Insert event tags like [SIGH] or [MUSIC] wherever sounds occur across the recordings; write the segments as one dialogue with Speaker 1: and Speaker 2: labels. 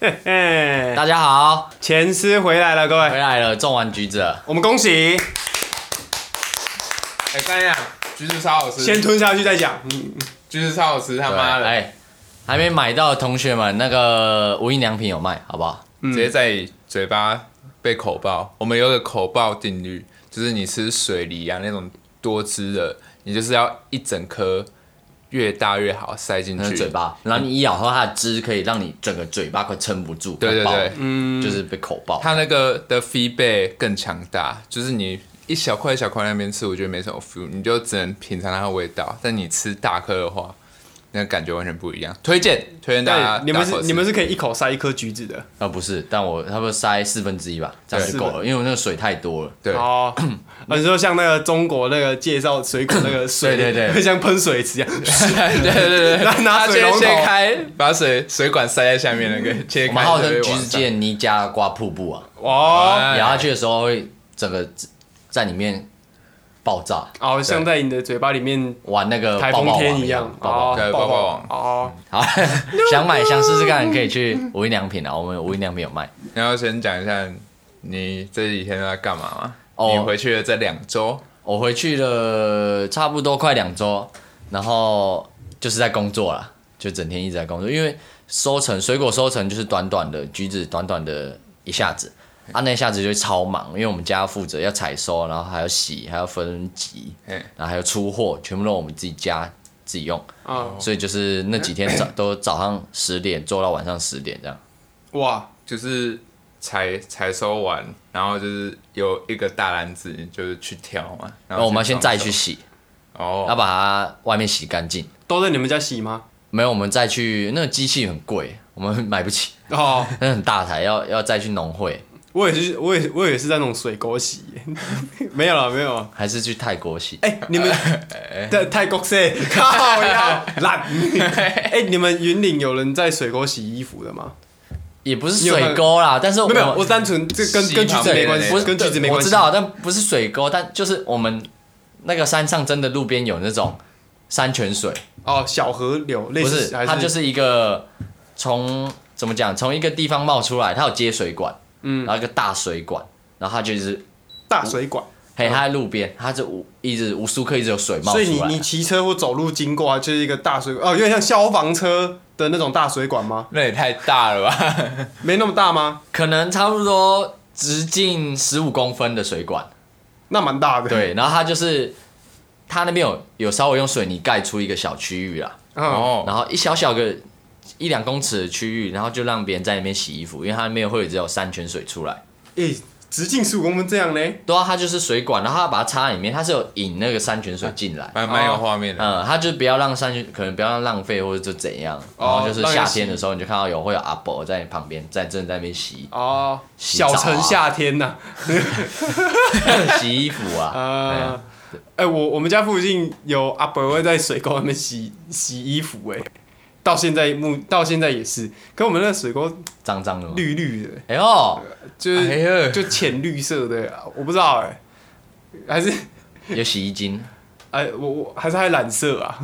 Speaker 1: 嘿嘿，
Speaker 2: 哎大家好，
Speaker 1: [LAUGHS] 前师回来了，各
Speaker 2: 回
Speaker 1: 位，
Speaker 2: 来了，种完橘子了，
Speaker 1: 我们恭喜，
Speaker 3: 哎，三样橘子超好吃，
Speaker 1: 先吞下去再讲。
Speaker 3: 橘子超好吃，他
Speaker 2: 对
Speaker 3: 妈的，
Speaker 2: 哎，还没买到的同学们，那个无印良品有卖，好不好？
Speaker 3: 直接在嘴巴被口爆。我们有个口爆定律，就是你吃水梨啊那种多汁的，你就是要一整颗，越大越好塞进
Speaker 2: 那
Speaker 3: 去。
Speaker 2: 是嘴巴，然后你一咬的话，它的汁可以让你整个嘴巴快撑不住，
Speaker 3: 对嗯对
Speaker 2: 快爆
Speaker 3: 对，
Speaker 2: 就是被口爆。
Speaker 3: 它那个的 feedback 更强大，就是你一小块一小块那边吃，我觉得没什么 feel，你就只能品尝它的味道。但你吃大颗的话，那个感觉完全不一样。推荐推荐大家大
Speaker 1: 对，哎
Speaker 3: 口吃，
Speaker 1: 你们是你们是可以一口塞一颗橘子的。
Speaker 2: 啊，不是，但我差不多塞四分之一吧，这样就够了，因为我那个水太多了。
Speaker 3: 嗯对
Speaker 1: 哦，啊你说像那个中国那个介绍水果那个水，
Speaker 2: 对对对
Speaker 1: 会像喷水池一样。
Speaker 3: [LAUGHS] 对对
Speaker 1: 然后
Speaker 3: 对，
Speaker 1: 拿水龙头
Speaker 3: 它先切开，把水水管塞在下面那个切
Speaker 2: 我
Speaker 3: 开，
Speaker 2: 们号称
Speaker 3: 就会
Speaker 2: 橘
Speaker 3: 往
Speaker 2: 子
Speaker 3: 上
Speaker 2: 界尼加瓜瀑布啊，
Speaker 1: 哦，
Speaker 3: 哎
Speaker 2: 咬下去的时候会整个在里面爆炸，
Speaker 1: 哦，像在你的嘴巴里面
Speaker 2: 玩那个
Speaker 1: 台
Speaker 2: 爆
Speaker 1: 风
Speaker 2: 爆
Speaker 1: 天
Speaker 2: 王
Speaker 1: 一样。
Speaker 2: 呃爆爆
Speaker 1: 哦
Speaker 3: 对
Speaker 1: 爆
Speaker 3: 爆爆
Speaker 1: 王哦，
Speaker 2: [LAUGHS] 好，想买想试试看，可以去无印良品啊，我们无印良品有卖。
Speaker 3: 然后先讲一下你这几天都在干嘛嘛？
Speaker 2: 哦
Speaker 3: 你回去了这两周，
Speaker 2: 我回去了差不多快两周，然后就是在工作啦，就整天一直在工作，因为收成水果收成就是短短的，橘子短短的一下子，啊那一下子就会超忙，因为我们家负责要采收，然后还要洗，还要分级，
Speaker 3: 嗯
Speaker 2: 然后还有出货，全部都我们自己家自己用，
Speaker 1: 啊，
Speaker 2: 所以就是那几天 [COUGHS] 早都早上十点做到晚上十点这样。
Speaker 1: 哇，
Speaker 3: 就是采采收完，然后就是有一个大篮子，你就是去挑嘛。然
Speaker 2: 然哦后我们要先再
Speaker 3: 再
Speaker 2: 去洗，要
Speaker 3: 哦，
Speaker 2: 把它外面洗干净。
Speaker 1: 都在你们家洗吗？
Speaker 2: 没有，我们再去那个机器很贵，我们买不起， [LAUGHS]
Speaker 1: 哦，
Speaker 2: 那很大台，要要再去农会，
Speaker 1: 我也是，我也我也是在那种水沟洗， [LAUGHS] 没有了，没有啦。
Speaker 2: 还是去泰国洗？
Speaker 1: 哎、你
Speaker 2: [LAUGHS]
Speaker 1: 们在泰国谁？靠呀，
Speaker 2: [LAUGHS]
Speaker 1: 烂！哎、你们云岭有人在水沟洗衣服的吗？
Speaker 2: 也不是
Speaker 1: 你有看
Speaker 2: 水沟啦，但是我
Speaker 1: 没有，没有，我单纯这跟
Speaker 3: 洗
Speaker 1: 跟橘
Speaker 3: 旁
Speaker 1: 子
Speaker 3: 边
Speaker 1: 没关
Speaker 3: 的
Speaker 1: 系
Speaker 3: 那
Speaker 2: 不是，
Speaker 1: 跟橘子没
Speaker 2: 我
Speaker 1: 关系。
Speaker 2: 知道，但不是水沟，但就是我们那个山上真的路边有那种山泉水，
Speaker 1: 哦，小河流类
Speaker 2: 不
Speaker 1: 似
Speaker 2: 是，
Speaker 1: 还
Speaker 2: 它就是是一个从怎么讲，从一个地方冒出来，它有接水管，嗯，然后一个大水管，然后它就是
Speaker 1: 大水管，
Speaker 2: 嘿，它在路边，它就无一直无数颗一直有水冒出
Speaker 1: 嗯所
Speaker 2: 来，
Speaker 1: 以你你骑车或走路经过啊，就是一个大水管，哦，有点像消防车的那种大水管吗？
Speaker 3: 那也太大了吧？
Speaker 1: 没那么大吗？
Speaker 2: 可能差不多直径十五公分的水管，
Speaker 1: 那蛮大的。，
Speaker 2: 对，然后它就是它那边有有稍微用水泥盖出一个小区域啦，
Speaker 1: 嗯，
Speaker 3: 哦，
Speaker 2: 然后一小小个一两公尺的区域，然后就让别人在那边洗衣服，因为它那边会只有山泉水出来。
Speaker 1: 诶、直径十五公分这样嘞，
Speaker 2: 对啊，它就是水管，然后它把它插在里面，它是有引那个山泉水进
Speaker 3: [LAUGHS]
Speaker 2: 来。
Speaker 3: 蛮蛮有画面的。
Speaker 2: 嗯，它就是不要让山泉，可能不要让浪费或者就怎样，然
Speaker 1: 哦
Speaker 2: 后就是
Speaker 1: 让人
Speaker 2: 夏
Speaker 1: 洗
Speaker 2: 天的时候，你就看到有会有阿伯在你旁边，在正在那边洗
Speaker 1: 哦，
Speaker 2: 洗澡啊
Speaker 1: 小城夏天呐、
Speaker 2: 洗衣服啊，哎呀
Speaker 1: 啊，哎、我我们家附近有阿伯会在水沟那边洗洗衣服、哎，到现在目到现在也是，可我们那水沟
Speaker 2: 脏脏的吗？
Speaker 1: 绿绿的，
Speaker 2: 哎呦，
Speaker 1: 就是、
Speaker 3: 哎呦
Speaker 1: 就浅绿色的，我不知道哎、还是
Speaker 2: 有洗衣精，
Speaker 1: 哎、我我还是还染色啊，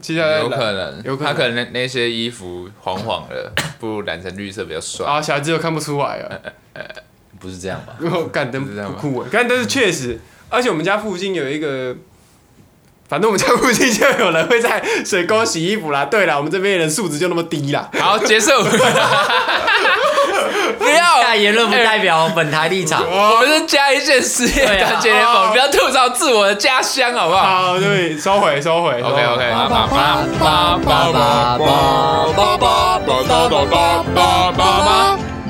Speaker 1: 接下来
Speaker 3: 有
Speaker 1: 染
Speaker 3: 可能，
Speaker 1: 有可能
Speaker 3: 他可能那那些衣服黄黄的，不如染成绿色比较帅。
Speaker 1: 啊，小孩子又看不出来啊，
Speaker 2: 不是这样吧？
Speaker 1: 然后干灯
Speaker 3: 哎是这样
Speaker 1: 不
Speaker 3: 吗
Speaker 1: 酷哎、干灯是确实，而且我们家附近有一个，反正我们家附近就有人会在水沟洗衣服啦。对啦，我们这边的人素质就那么低啦。
Speaker 3: 好，结 [LAUGHS] 束。
Speaker 2: [LAUGHS] 不要，言论不代表本台立场。
Speaker 3: 哦我们是加一件事业
Speaker 2: 对啊
Speaker 3: 团结联盟，不要吐槽自我的家乡，好不好
Speaker 1: 哦好，对，收回，收回。收回
Speaker 3: OK，OK，好吧
Speaker 2: 爸爸 [LAUGHS]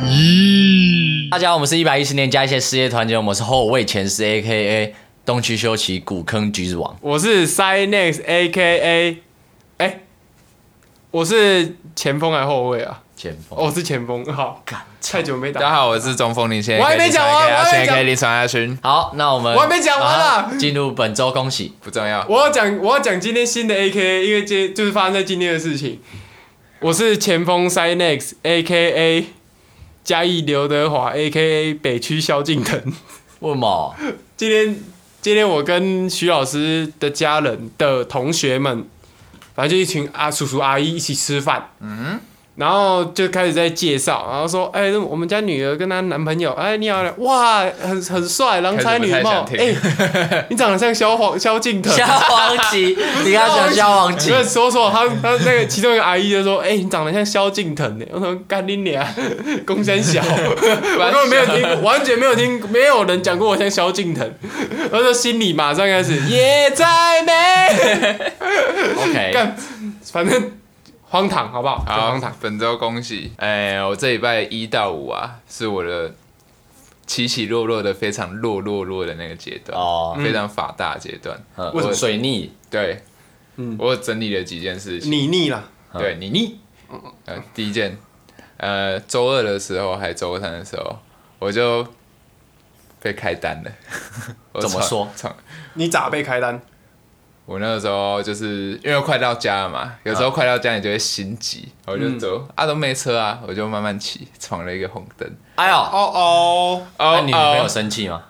Speaker 2: 大家好，我们是一百一十年加一些事业团结，我们是后卫前十 A K A 东区修齐古坑橘子王。
Speaker 1: 我是 Cynex A K A，哎、我是前锋还是后卫啊？
Speaker 2: 前锋
Speaker 1: 哦，我是前锋，好，太久没
Speaker 3: 大家
Speaker 1: 打。
Speaker 3: 好，我是中锋林先，
Speaker 1: 我还没讲完我还没
Speaker 3: 现在
Speaker 1: 讲
Speaker 3: 可以林传阿勋，
Speaker 2: 好，那我们
Speaker 1: 我还没讲完啊
Speaker 2: 马上进入本周恭喜，
Speaker 3: 不重要。
Speaker 1: 我要讲，我要讲今天新的 A K A，因为今就是发生在今天的事情。我是前锋 Cynex A K A 嘉义刘德华 A K A 北区萧敬腾。[LAUGHS]
Speaker 2: 问某
Speaker 1: 今天今天我跟徐老师的家啊人的同学们，反正就一群阿叔叔阿姨一起吃饭，嗯，然后就开始在介绍，然后说，哎、那我们家女儿跟她男朋友，哎，你好，哇，很很帅，郎才女貌，
Speaker 3: 开
Speaker 1: 哎
Speaker 3: 始、
Speaker 1: 你长得像萧黄萧敬
Speaker 3: [LAUGHS]
Speaker 1: 腾，
Speaker 2: 消防旗，你刚讲消防旗
Speaker 1: 没，有说错，他他那个其中一个阿姨就说：“哎、你长得像萧敬腾呢。”我说：“干你娘，公山小，我根本没有听过，完全没有听，没有人讲过我像萧敬腾。”然后就心里马上开始也在美，[LAUGHS]
Speaker 2: OK，
Speaker 1: 干，反正荒唐，好不好？就
Speaker 3: 好
Speaker 1: 荒唐。，
Speaker 3: 本周恭喜！哎，我这礼拜一到五啊，是我的起起落落的非常落落落的那个阶段，
Speaker 2: 哦
Speaker 1: 嗯
Speaker 3: 非常法大的阶段。
Speaker 2: 嗯
Speaker 1: 为什么
Speaker 2: 水逆
Speaker 3: 对，
Speaker 1: 嗯
Speaker 3: 我整理了几件事情。
Speaker 1: 你腻了，
Speaker 2: 嗯
Speaker 3: 对你你，呃，第一件，呃，周二的时候还是周三的时候，我就被开单了。 [LAUGHS] 我
Speaker 2: 怎么
Speaker 3: 闯
Speaker 2: 说？
Speaker 3: 闯
Speaker 1: 你咋被开单？
Speaker 3: 我那个时候就是因为快到家了嘛，有时候快到家你就会心急，
Speaker 2: 嗯
Speaker 3: 我就走、啊都没车啊，我就慢慢骑，闯了一个红灯。
Speaker 2: 哎呦，
Speaker 1: 哦哦，
Speaker 3: 哦
Speaker 2: 那你女朋友生气吗？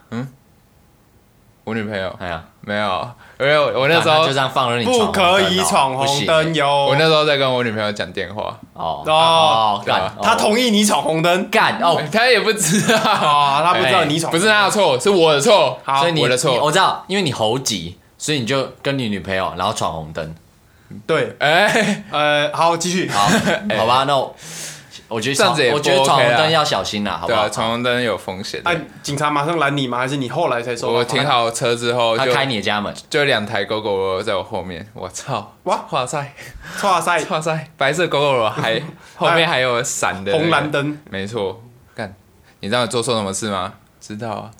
Speaker 3: 我女朋友
Speaker 1: 哦
Speaker 2: 哎呀，
Speaker 3: 没有，因为我我那时
Speaker 2: 啊
Speaker 3: 候
Speaker 2: 她就这样放任你
Speaker 1: 不可以闯
Speaker 2: 红
Speaker 1: 红
Speaker 2: 灯哦，
Speaker 1: 灯
Speaker 2: 不行
Speaker 1: 哟
Speaker 3: 我。那时候在跟我女朋友讲电话，
Speaker 1: 哦
Speaker 2: 哦哦，
Speaker 3: 对啊
Speaker 2: 干，
Speaker 1: 他
Speaker 2: 哦
Speaker 1: 同意你闯红灯
Speaker 2: 干哦，
Speaker 3: 她也不知道，
Speaker 1: 啊，他不知道你闯，
Speaker 3: 不是啊她的错，是我的错。
Speaker 1: 好
Speaker 2: 所以你
Speaker 3: 我的错
Speaker 2: 你我知道，因为你猴急，所以你就跟你女朋友然后闯红
Speaker 3: [LAUGHS]
Speaker 2: 灯，
Speaker 1: 对，
Speaker 3: 哎，
Speaker 1: 呃，好，继续。
Speaker 2: 好，好吧，那我我觉得
Speaker 3: 这样
Speaker 2: 闯
Speaker 3: 子也不
Speaker 2: 我觉得闯
Speaker 3: OK
Speaker 2: 红
Speaker 3: 啦
Speaker 2: 灯要小心啦，好不
Speaker 3: 对
Speaker 2: 好
Speaker 3: 啊，？闯红灯有风险的。
Speaker 1: 哎、警察马上拦你吗？还是你后来才收到？
Speaker 3: 我停好车之后
Speaker 2: 他
Speaker 3: 就
Speaker 2: 开你的家门，
Speaker 3: 就两台 GoGo 在我后面，我操！
Speaker 1: 哇哎
Speaker 3: 哇塞，
Speaker 1: 哇塞，
Speaker 3: 哇塞，白色 GoGo 还后面还有闪的那个
Speaker 1: 红蓝，灯，
Speaker 3: 没错。干，你知道你做错什么事吗？知道啊。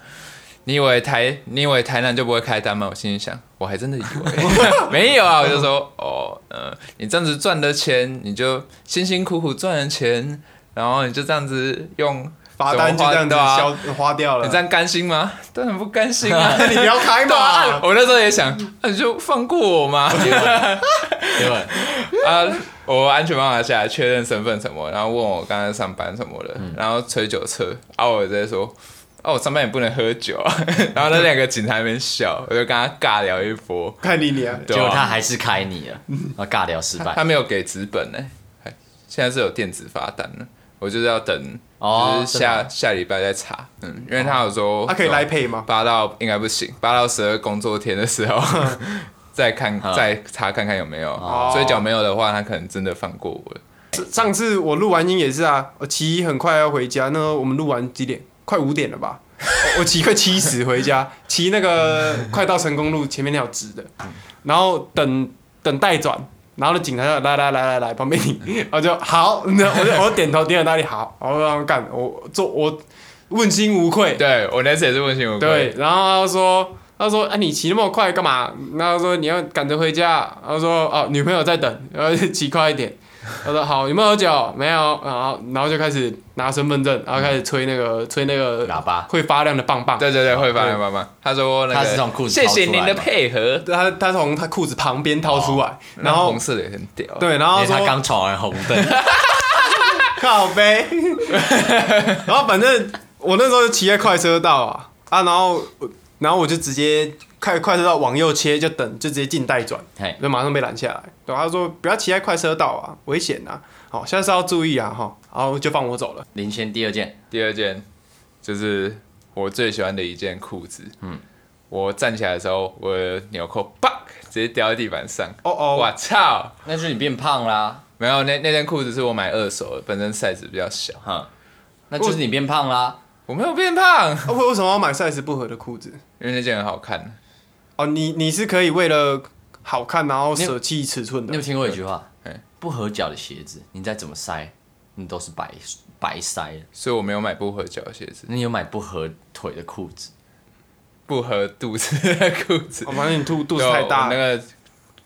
Speaker 3: 你以为台你以为台南就不会开单吗？我心里想，我还真的以为没有啊。我就说，哦，呃，你这样子赚的钱，你就辛辛苦苦赚的钱，然后你就这样子用
Speaker 1: 罚单就这样子消花掉了。
Speaker 3: 啊你这样甘心吗？当然不甘心啊！
Speaker 1: [LAUGHS] 你不要开
Speaker 3: 对啊，
Speaker 1: 嘛！
Speaker 3: 我那时候也想，那、你就放过我嘛。
Speaker 2: 对不对？
Speaker 3: [LAUGHS] 啊，我安全帽拿下来，确认身份什么，然后问我刚刚上班什么的，然后吹酒测，啊，我直接说。哦，我上班也不能喝酒啊，然后那两个警察在那边笑，我就跟他尬聊一波，
Speaker 1: 看你脸，
Speaker 3: 对
Speaker 2: 结果他
Speaker 3: 啊？
Speaker 2: 还是开你了， [LAUGHS] 然后尬聊失败
Speaker 3: [LAUGHS] 他。没有给纸本呢、哎现在是有电子罚单了，我就是要等，
Speaker 2: 哦
Speaker 3: 就是下下礼拜再查，嗯，因为他有说
Speaker 1: 哦啊他可以来
Speaker 3: 配。
Speaker 1: 配吗？
Speaker 3: 八到应该不行，八到十二工作天的时候 [LAUGHS] 再看再查看看有没有，所以讲没有的话，他可能真的放过我了。
Speaker 1: 上次我录完音也是啊，我骑很快要回家，那时候我们录完几点？快五点了吧？我我骑快七十回家， [LAUGHS] 骑那个快到成功路前面那条直的，然后等等待转，然后那警察就来来来来来旁边你， [LAUGHS] 然后就好，那我就我就点头点到那里好，然后让他们干，我做我问心无愧，
Speaker 3: 对我那次也是问心无愧，
Speaker 1: 对，然后他说，他说啊，你骑那么快干嘛？然后说你要赶着回家。他说哦，女朋友在等，然后就骑快一点。他说好，有没有喝酒？没有。然后然后就开始拿身份证，然后开始吹那个吹那个
Speaker 2: 喇叭
Speaker 1: 会发亮的棒棒。
Speaker 3: 对对对，会发
Speaker 1: 对
Speaker 3: 现妈妈，他说那个
Speaker 2: 他是从裤子
Speaker 3: 谢谢
Speaker 2: 掏出来
Speaker 3: 您的
Speaker 2: 嘛
Speaker 3: 配合，
Speaker 1: 他他从他裤子旁边掏出来，然
Speaker 3: 那
Speaker 1: 后
Speaker 3: 红色的也很屌，
Speaker 1: 对，然后
Speaker 2: 因为他
Speaker 1: 说
Speaker 2: 刚闯完红灯，
Speaker 3: [LAUGHS]
Speaker 1: 靠背，然后反正我那时候就骑在快车道啊啊，然后然后我就直接快快车道往右切，就等就直接进待转。
Speaker 2: 嘿，
Speaker 1: 就马上被拦下来。对，他说不要骑在快车道啊，危险啊，好、下次要注意啊，哈，然后就放我走了。
Speaker 2: 林先第二件，
Speaker 3: 第二件就是我最喜欢的一件裤子，嗯，我站起来的时候，我的纽扣啪直接掉在地板上，
Speaker 1: 哦
Speaker 3: 我
Speaker 1: 哦，
Speaker 3: 操！
Speaker 2: 那就是你变胖啦，
Speaker 3: 没有，那那件裤子是我买二手的，本身 size 比较小，
Speaker 2: 哼，那就是你变胖啦，
Speaker 3: 我没有变胖，
Speaker 1: 啊为为什么要买 size 不合的裤子？
Speaker 3: 因为那件很好看。
Speaker 1: 哦，你你是可以为了好看然后舍弃尺寸
Speaker 2: 你有
Speaker 1: 的。
Speaker 2: 听过一句话
Speaker 3: 嗯，
Speaker 2: 不合脚的鞋子，你再怎么塞，你都是白白塞的。
Speaker 3: 所以我没有买不合脚的鞋子，
Speaker 2: 你有买不合腿的裤子，
Speaker 3: 不合肚子的裤子
Speaker 1: 哦，，反正你肚肚
Speaker 3: 肚
Speaker 1: 子太大
Speaker 3: 那
Speaker 1: 了，
Speaker 3: 个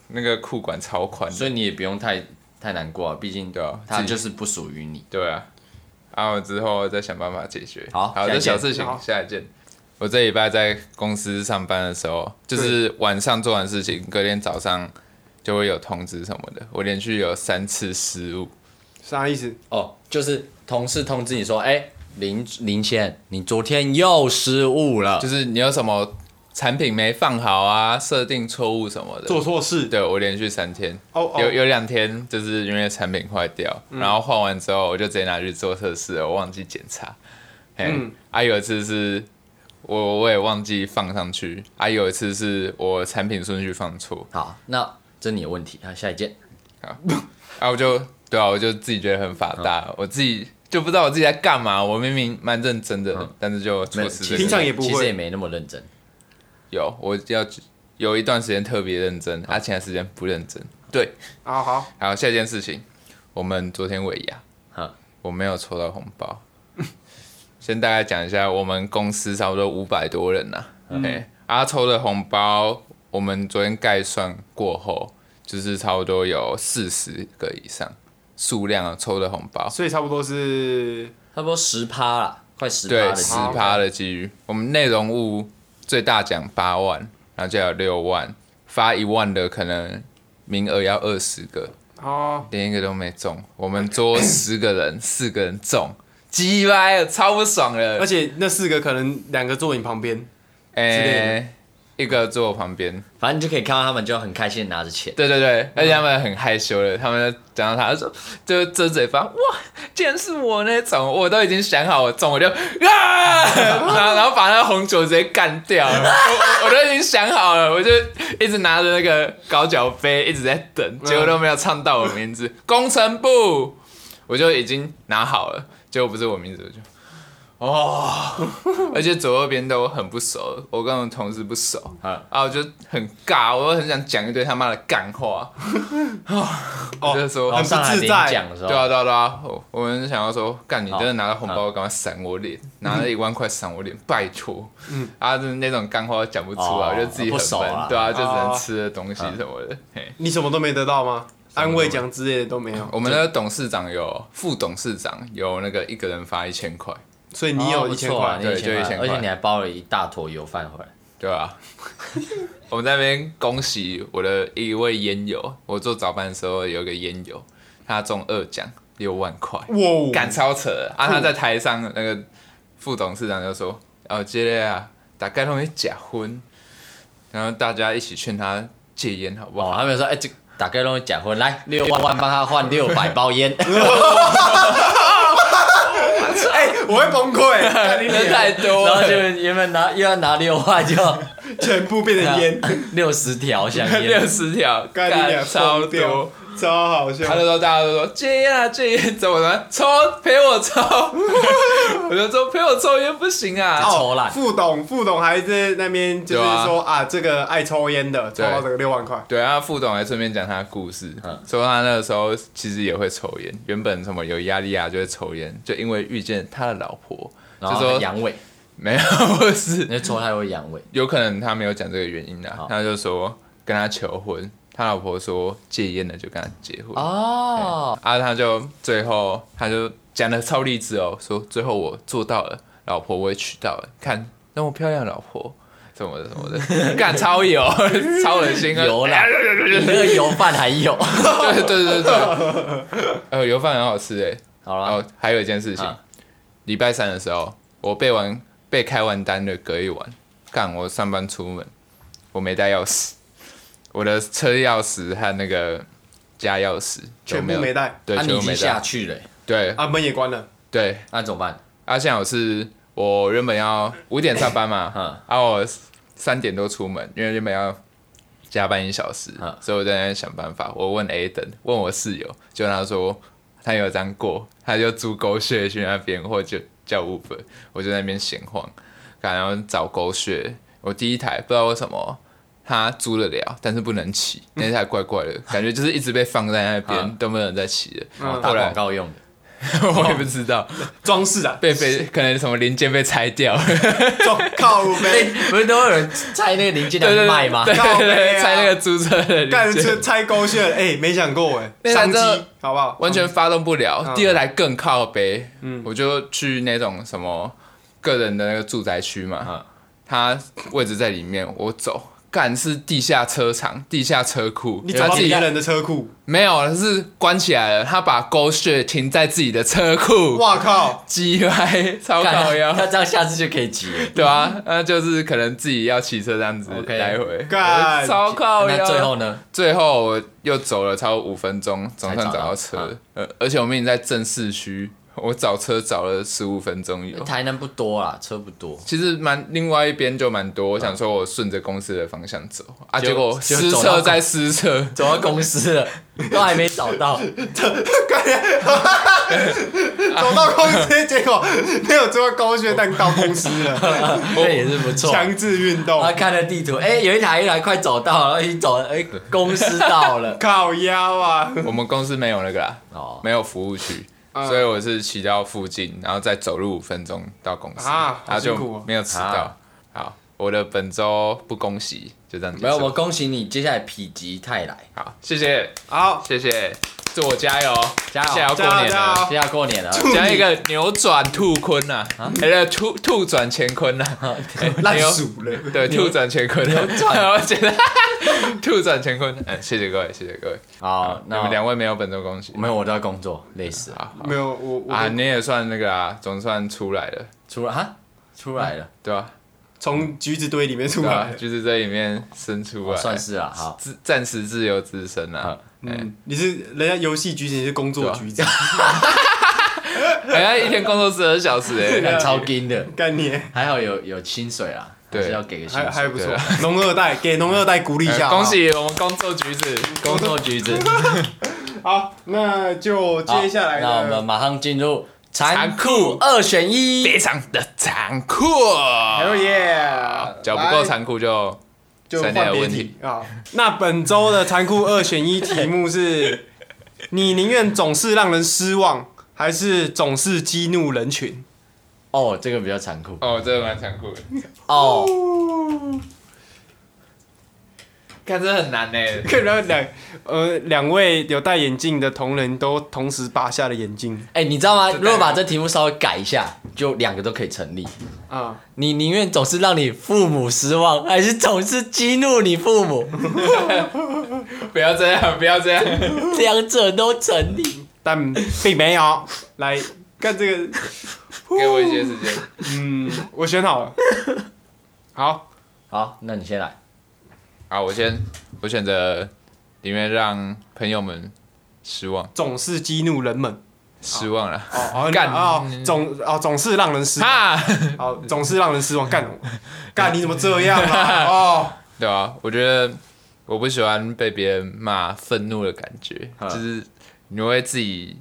Speaker 3: 那个裤管超宽的，
Speaker 2: 所以你也不用太太难过啊，毕竟
Speaker 3: 对啊
Speaker 2: 它
Speaker 3: 自己
Speaker 2: 就是不属于你。
Speaker 3: 对啊，啊，我之后再想办法解决。
Speaker 2: 好
Speaker 3: 好，
Speaker 2: 下一件
Speaker 3: 这小事情
Speaker 1: 好，
Speaker 3: 下一件。我这礼拜在公司上班的时候，
Speaker 1: 嗯
Speaker 3: 就是晚上做完事情，隔天早上就会有通知什么的。我连续有三次失误，
Speaker 1: 啥意思？
Speaker 2: 哦，就是同事通知你说，哎、林林先，你昨天又失误了，
Speaker 3: 就是你有什么产品没放好啊，设定错误什么的。
Speaker 1: 做错事，
Speaker 3: 对我连续三天，
Speaker 1: 哦哦嗯
Speaker 3: 有有两天就是因为产品坏掉，然后换完之后我就直接拿去做测试了，我忘记检查。哎、
Speaker 1: 嗯
Speaker 3: 啊有一次是我我也忘记放上去，啊有一次是我产品顺序放错，
Speaker 2: 好，那这你的问题，好，下一件。
Speaker 3: 啊我就对啊我就自己觉得很法
Speaker 2: 嗯
Speaker 3: 大，我自己就不知道我自己在干嘛，我明明蛮认真的，但是就错失这
Speaker 2: 其
Speaker 3: 个
Speaker 1: 平
Speaker 2: 实
Speaker 1: 常也不会
Speaker 2: 其实也嗯没那么认真。
Speaker 3: 有我要有一段时间特别认真，啊其他时间不认真，对。
Speaker 1: 啊好，
Speaker 3: 好，下一件事情，我们昨天尾牙
Speaker 2: 哈，
Speaker 3: 我没有抽到红包。 [LAUGHS] 先大概讲一下，我们公司差不多五百多人呐、
Speaker 2: 嗯
Speaker 3: 啊，哎、阿抽的红包，我们昨天概算过后，就是差不多有四十个以上数量啊抽的红包，
Speaker 1: 所以差不多是
Speaker 2: 差不多十趴啦，快十趴
Speaker 3: 对，
Speaker 2: 的
Speaker 3: 十
Speaker 2: 机会
Speaker 3: 趴的机遇。我们内容物最大奖八万，然后就有六万，发一万的可能名额要二十个，
Speaker 1: 哦，
Speaker 3: 连一个都没中。我们桌十个人，四个人中，鸡掰了，超不爽
Speaker 1: 而
Speaker 3: 了。
Speaker 1: 且那四个可能两个坐你旁边，
Speaker 3: 哎、
Speaker 1: 类
Speaker 3: 一个坐我旁边，
Speaker 2: 反正你就可以看到他们就很开心的拿着钱。
Speaker 3: 对对对，而且他们很害羞的，他们就讲到他就说，就遮嘴巴，哇，竟然是我那种，我都已经想好我中，我就啊，然后然后把那个红酒直接干掉了，我我我都已经想好了，我就一直拿着那个高脚杯一直在等，结果都没有唱到我名字，工程部，我就已经拿好了，结果不是我名字，我就。哦，而且左右边都很不熟，我跟我同事不熟，
Speaker 2: 啊
Speaker 3: 啊，我就很尬，我很想讲一堆他妈的干话，
Speaker 2: 哦
Speaker 3: 我就说，
Speaker 2: 然后上来
Speaker 1: 很不自
Speaker 2: 领
Speaker 1: 在
Speaker 2: 奖的时候，
Speaker 3: 对啊对啊对啊，我我们想要说，干你
Speaker 2: 好
Speaker 3: 真的拿到红包，赶快闪我脸，拿了一万块闪我脸，拜托，嗯，啊，就是那种干话讲不出来，
Speaker 2: 哦
Speaker 3: 我就自己
Speaker 2: 不
Speaker 3: 很
Speaker 2: 熟
Speaker 3: 笨
Speaker 2: 啊，嗯
Speaker 3: 对啊，就只能
Speaker 1: 哦
Speaker 3: 吃的东西什么的，嘿。
Speaker 1: 你什么都没得到吗？安慰奖之类的都没有，
Speaker 3: 我们的董事长有副董事长有那个一个人发一千块，
Speaker 1: 所以
Speaker 2: 哦
Speaker 1: 你有
Speaker 2: 不
Speaker 1: 一千
Speaker 2: 错啊
Speaker 1: 块
Speaker 2: 你，有
Speaker 3: 对就
Speaker 2: 1000
Speaker 3: 1000
Speaker 2: 而且
Speaker 3: 块
Speaker 2: 你还包了一大坨油饭回来。
Speaker 3: 对吧、 [LAUGHS] 我们在那边恭喜我的一位烟友，我做早班的时候有一个烟友，他中二奖六万块，
Speaker 1: 哇，哦
Speaker 3: 赶超扯的啊！
Speaker 1: 嗯
Speaker 3: 他在台上那个副董事长就说：“哦，这个啊，大概都会假婚。”然后大家一起劝他戒烟，
Speaker 1: [LAUGHS]
Speaker 3: 好不好？
Speaker 2: 哦，他们说，哎、这打开东西假货，来六万万帮他换六百包烟。
Speaker 1: 哎，我会崩溃，
Speaker 3: [LAUGHS]
Speaker 1: 看你 [LAUGHS]
Speaker 3: 人
Speaker 1: 脸
Speaker 3: 太多
Speaker 2: 然后
Speaker 3: 了，
Speaker 2: 就原本拿又要拿六万，就啊
Speaker 1: 全部变成烟，
Speaker 2: 六十条
Speaker 3: [LAUGHS]
Speaker 2: 香
Speaker 3: 六
Speaker 2: 烟，
Speaker 3: 十条，
Speaker 1: 看你
Speaker 3: 干
Speaker 1: 脸疯
Speaker 3: 超多
Speaker 1: 掉。，超好
Speaker 3: 他那
Speaker 1: 笑，
Speaker 3: 时候大家都说戒烟啊，戒烟怎么了？抽陪我
Speaker 1: [LAUGHS]
Speaker 3: 抽，我就说陪我抽烟不行啊。
Speaker 2: 哦抽
Speaker 1: [LAUGHS]
Speaker 2: 烂
Speaker 1: 副董副董还在那边就是
Speaker 3: 对啊
Speaker 1: 说啊，这个爱抽烟的抽
Speaker 3: 对
Speaker 1: 到这个六万块，
Speaker 3: 对，然后副董还顺便讲他的故事，
Speaker 1: 嗯
Speaker 3: 说他那个时候其实也会抽烟，原本什么有压力啊就会抽烟，就因为遇见他的老婆，就
Speaker 2: 然后
Speaker 3: 说
Speaker 2: 阳痿，
Speaker 3: 没有，不是，
Speaker 2: 那抽太多阳痿，
Speaker 3: 有可能他没有讲这个原因啊
Speaker 2: 好，
Speaker 3: 他就说跟他求婚，他老婆说戒烟了就跟他结婚
Speaker 2: 哦，
Speaker 3: 啊，他就最后他就讲的超励志哦，说最后我做到了，老婆我也娶到了，看那么漂亮的老婆。什么的什
Speaker 2: [LAUGHS]
Speaker 3: 么的，干超油，超恶心啊！
Speaker 2: 油啦，你那个油饭还有。
Speaker 3: 对对对对对，呃，油饭很好吃哎。
Speaker 2: 好
Speaker 3: 然后
Speaker 2: 了，
Speaker 3: 还有一件事情
Speaker 2: 啊，
Speaker 3: 礼拜三的时候，我背完被开完单的隔一晚，干我上班出门，我没带钥匙， [LAUGHS] 我的车钥匙和那个家钥匙都
Speaker 1: 全
Speaker 3: 没
Speaker 1: 部
Speaker 3: 有
Speaker 1: 没，带
Speaker 3: 对，
Speaker 2: 那啊
Speaker 3: 全
Speaker 2: 你已
Speaker 3: 部
Speaker 2: 经
Speaker 3: 没
Speaker 2: 下
Speaker 3: 带，
Speaker 2: 去了，
Speaker 3: 对
Speaker 1: 啊，门也关了，
Speaker 3: 对。
Speaker 2: 那怎么办？
Speaker 3: 啊，现在我是我原本要五点上班
Speaker 2: 嗯
Speaker 3: 嘛，啊，我三点多出门，因为原本要加班一小时
Speaker 2: 嗯，
Speaker 3: 所以我在那边想办法。我问 A 等，问我室友，就他说他有张过，他就租狗血去那边，或者叫 Uber，我就在那边闲晃，然后找狗血。我第一台不知道为什么。他租得了，但是不能骑，那台怪怪的，感觉就是一直被放在那边，
Speaker 2: 嗯
Speaker 3: 都没有人在骑的。
Speaker 1: 嗯
Speaker 2: 打
Speaker 3: 后
Speaker 2: 广
Speaker 3: 来
Speaker 2: 告用的，
Speaker 3: [LAUGHS] 我也不知道，
Speaker 1: 装饰啊，
Speaker 3: 被被可能什么零件被拆掉，
Speaker 1: 装靠背，
Speaker 3: 哎
Speaker 2: 不是都有人在那个零件
Speaker 3: 对对
Speaker 2: 来 [LAUGHS] 卖吗
Speaker 3: [LAUGHS] 对？
Speaker 1: 靠
Speaker 3: 对
Speaker 1: 背
Speaker 3: 对，
Speaker 1: 啊
Speaker 3: 拆那个租车的
Speaker 1: 干
Speaker 3: 零
Speaker 1: 这
Speaker 3: 件，
Speaker 1: 拆勾线，哎，没想过哎，
Speaker 3: 那
Speaker 1: 商机
Speaker 3: 台真的
Speaker 1: 好不好？
Speaker 3: 完全发动不了。
Speaker 1: 嗯
Speaker 3: 第二台更靠北，我就去那种
Speaker 1: 嗯
Speaker 3: 什么个人的那个住宅区嘛，它位置在里面，我走。干是地下车场、地下车库，
Speaker 1: 你
Speaker 3: 他
Speaker 1: 找到
Speaker 3: 自己
Speaker 1: 别人的车库，
Speaker 3: 没有，是关起来了。他把 Go Shit 停在自己的车库，
Speaker 1: 哇靠！
Speaker 3: 鸡歪，超
Speaker 2: [LAUGHS] 干
Speaker 3: 搞
Speaker 2: 他他
Speaker 3: 呀，
Speaker 2: 这样下次就可以急了。
Speaker 3: 对啊，那就是可能自己要骑车这样子
Speaker 2: OK
Speaker 3: 来回，
Speaker 1: 干
Speaker 3: 超靠
Speaker 2: 那
Speaker 3: 腰。
Speaker 2: 最后呢？
Speaker 3: 最后我又走了超过五分钟，总算
Speaker 2: 才找
Speaker 3: 找
Speaker 2: 到
Speaker 3: 到车
Speaker 2: 啊
Speaker 3: 了。呃，而且我们已经在正市区，我找车找了十五分钟有。
Speaker 2: 台南不多啦，车不多，
Speaker 3: 其实蛮另外一边就蛮多，我想说我顺着公司的方向走啊，
Speaker 2: 结
Speaker 3: 结
Speaker 2: 果
Speaker 3: 果
Speaker 2: 结果
Speaker 3: 失
Speaker 2: 走到
Speaker 3: 车在失车，
Speaker 2: 走到公司了，都还没找到。
Speaker 1: [LAUGHS] 走到公司，结果没有做到高血蛋到公司了，
Speaker 3: [LAUGHS]
Speaker 2: 这也是不错。
Speaker 1: 强制运动。
Speaker 2: 他，
Speaker 3: 啊
Speaker 2: 看了地图，哎、有一台一台快走到了，已经走了，哎、公司到了
Speaker 1: [LAUGHS] 靠腰啊！
Speaker 3: 我们公司没有那个啦，
Speaker 2: 哦，
Speaker 3: 没有服务区，
Speaker 1: 啊
Speaker 3: 所以我是骑到附近，然后再走路五分钟到公司，
Speaker 1: 啊好
Speaker 3: 然后
Speaker 1: 辛苦
Speaker 3: 就
Speaker 1: 哦
Speaker 3: 没有迟到
Speaker 2: 啊。
Speaker 3: 好，我的本周不恭喜，就这样结束。
Speaker 2: 没有，我恭喜你，接下来否极泰来，
Speaker 3: 好，谢谢
Speaker 1: 好，
Speaker 3: 谢谢，祝我加油，
Speaker 2: 加油
Speaker 3: 接下来要过
Speaker 1: 加油
Speaker 3: 年
Speaker 1: 加油
Speaker 3: 了。
Speaker 2: 接下来过年了， [LAUGHS]
Speaker 3: 加一个扭转兔坤呐、
Speaker 2: 嗯
Speaker 3: 啊，哎、啊，兔兔转乾坤呐、
Speaker 2: [LAUGHS]
Speaker 3: 啊，
Speaker 1: 烂
Speaker 3: 牛
Speaker 1: 鼠了，
Speaker 3: 对，兔转乾坤，啊
Speaker 2: 转
Speaker 3: [LAUGHS] 我觉得兔转乾坤，嗯，谢谢各位，谢谢各位。
Speaker 2: 好，
Speaker 3: 你
Speaker 2: 那
Speaker 3: 们两位没有本周恭喜，
Speaker 2: 没有，我都要工作，累死了。
Speaker 3: 好好
Speaker 1: 没有我我
Speaker 3: 啊，你也算那个啊，总算出来了，
Speaker 2: 出来哈，出来了，
Speaker 3: 对吧？
Speaker 1: 从橘子堆里面出
Speaker 3: 对啊吧
Speaker 1: 来？，
Speaker 3: 就是这里面生出
Speaker 2: 哦
Speaker 3: 来，
Speaker 2: 算是啊，好，
Speaker 3: 自暂时自由之身啊。
Speaker 1: 嗯，你是人家游戏橘子，你是工作橘子，
Speaker 3: 哎呀，一天工作十二小
Speaker 2: [LAUGHS]
Speaker 3: 时哎，
Speaker 2: 干超金的，
Speaker 1: 概念
Speaker 2: 还好有有薪水啦，还
Speaker 3: 对
Speaker 2: 是要给个薪
Speaker 1: 还还
Speaker 2: 水。
Speaker 1: 不
Speaker 3: 对啊
Speaker 1: 错。农二代给农二代鼓励一下，
Speaker 3: 哎
Speaker 1: 好不好
Speaker 3: 恭！喜我们工作橘子，
Speaker 2: 啊工作橘子，
Speaker 1: 好，那就接下来
Speaker 2: 好那我们
Speaker 1: 呢，
Speaker 2: 马上进入残
Speaker 3: 残
Speaker 2: 酷
Speaker 3: 酷
Speaker 2: 二选一。哎
Speaker 3: 非常的残酷，
Speaker 1: 哦耶，
Speaker 3: 脚不够
Speaker 1: 来
Speaker 3: 残酷就
Speaker 1: 就
Speaker 3: 三
Speaker 1: 换
Speaker 3: 点有
Speaker 1: 别
Speaker 3: 问
Speaker 1: 题啊。 [LAUGHS] 那本周的残酷二选一题目是：你宁愿总是让人失望，还是总是激怒人群？ [LAUGHS]
Speaker 2: 哦，这个比较残酷
Speaker 3: 哦，这个蛮残酷的， [LAUGHS]
Speaker 2: 哦。
Speaker 3: 看这很难哎。
Speaker 1: 然后两呃两位有戴眼镜的同仁都同时拔下了眼镜
Speaker 2: 哎、你知道吗？
Speaker 3: 这
Speaker 2: 如果把这题目稍微改一下，就两个都可以成立。
Speaker 1: 啊，
Speaker 2: 你宁愿总是让你父母失望，还是总是激怒你父母？
Speaker 3: 不要这样，不要这样。
Speaker 2: 两者都成立。
Speaker 1: [LAUGHS] 但并没有来看这个。
Speaker 3: [LAUGHS] 给我一些时间。
Speaker 1: 嗯，我选好了。好，
Speaker 2: [LAUGHS] 好，那你先来。
Speaker 3: 好，我先，我选择宁愿让朋友们失望，
Speaker 1: 总是激怒人们。
Speaker 3: 失望了。 [LAUGHS]
Speaker 1: 哦，哦
Speaker 3: 干
Speaker 1: 哦，总哦总是让人失望。
Speaker 3: 哈，
Speaker 1: 哦，总是让人失望。干 [LAUGHS] 干，你怎么这样啊？哦。
Speaker 3: 对啊，我觉得我不喜欢被别人骂愤怒的感觉，
Speaker 2: 啊
Speaker 3: 就是你会自己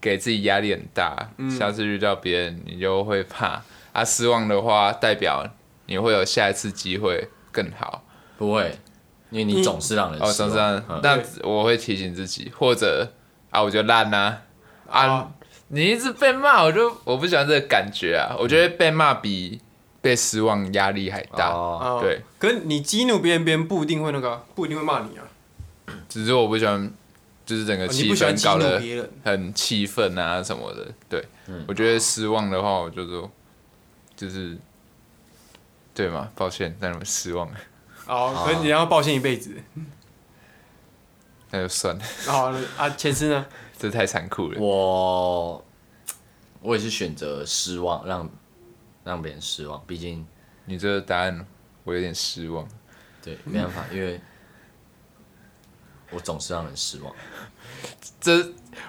Speaker 3: 给自己压力很大，下次遇到别人你就会怕啊。失望的话，代表你会有下一次机会更好。
Speaker 2: 不会，因为你总是让人
Speaker 3: 哦，
Speaker 2: 失
Speaker 3: 总
Speaker 2: 望。
Speaker 3: 之啊
Speaker 2: 嗯
Speaker 3: 那我会提醒自己，或者啊，我就烂呐啊
Speaker 1: 哦
Speaker 3: 你一直被骂，我就我不喜欢这个感觉啊，我觉得被骂比被失望压力还大，
Speaker 2: 哦，
Speaker 1: 哦
Speaker 3: 对，
Speaker 1: 可是你激怒别人，别人不一定会那个，不一定会骂你啊。
Speaker 3: 只是我不喜欢，就是整个
Speaker 1: 哦你
Speaker 3: 呃气
Speaker 1: 不喜欢
Speaker 3: 氛
Speaker 1: 激
Speaker 3: 搞
Speaker 1: 怒
Speaker 3: 得
Speaker 1: 别人，嗯
Speaker 3: 很气愤啊什么的，对，我觉得失望的话，我就说就是。对嘛？抱歉，让你们失望，
Speaker 1: 哦，可是你要抱歉一辈子。
Speaker 3: 那就算了，
Speaker 1: 好啊，前世呢？
Speaker 3: 这太残酷了。
Speaker 2: 我我也是选择失望，让让别人失望。毕竟
Speaker 3: 你这个答案，我有点失望。
Speaker 2: 对，没办法，因为我总是让人失望。
Speaker 3: 这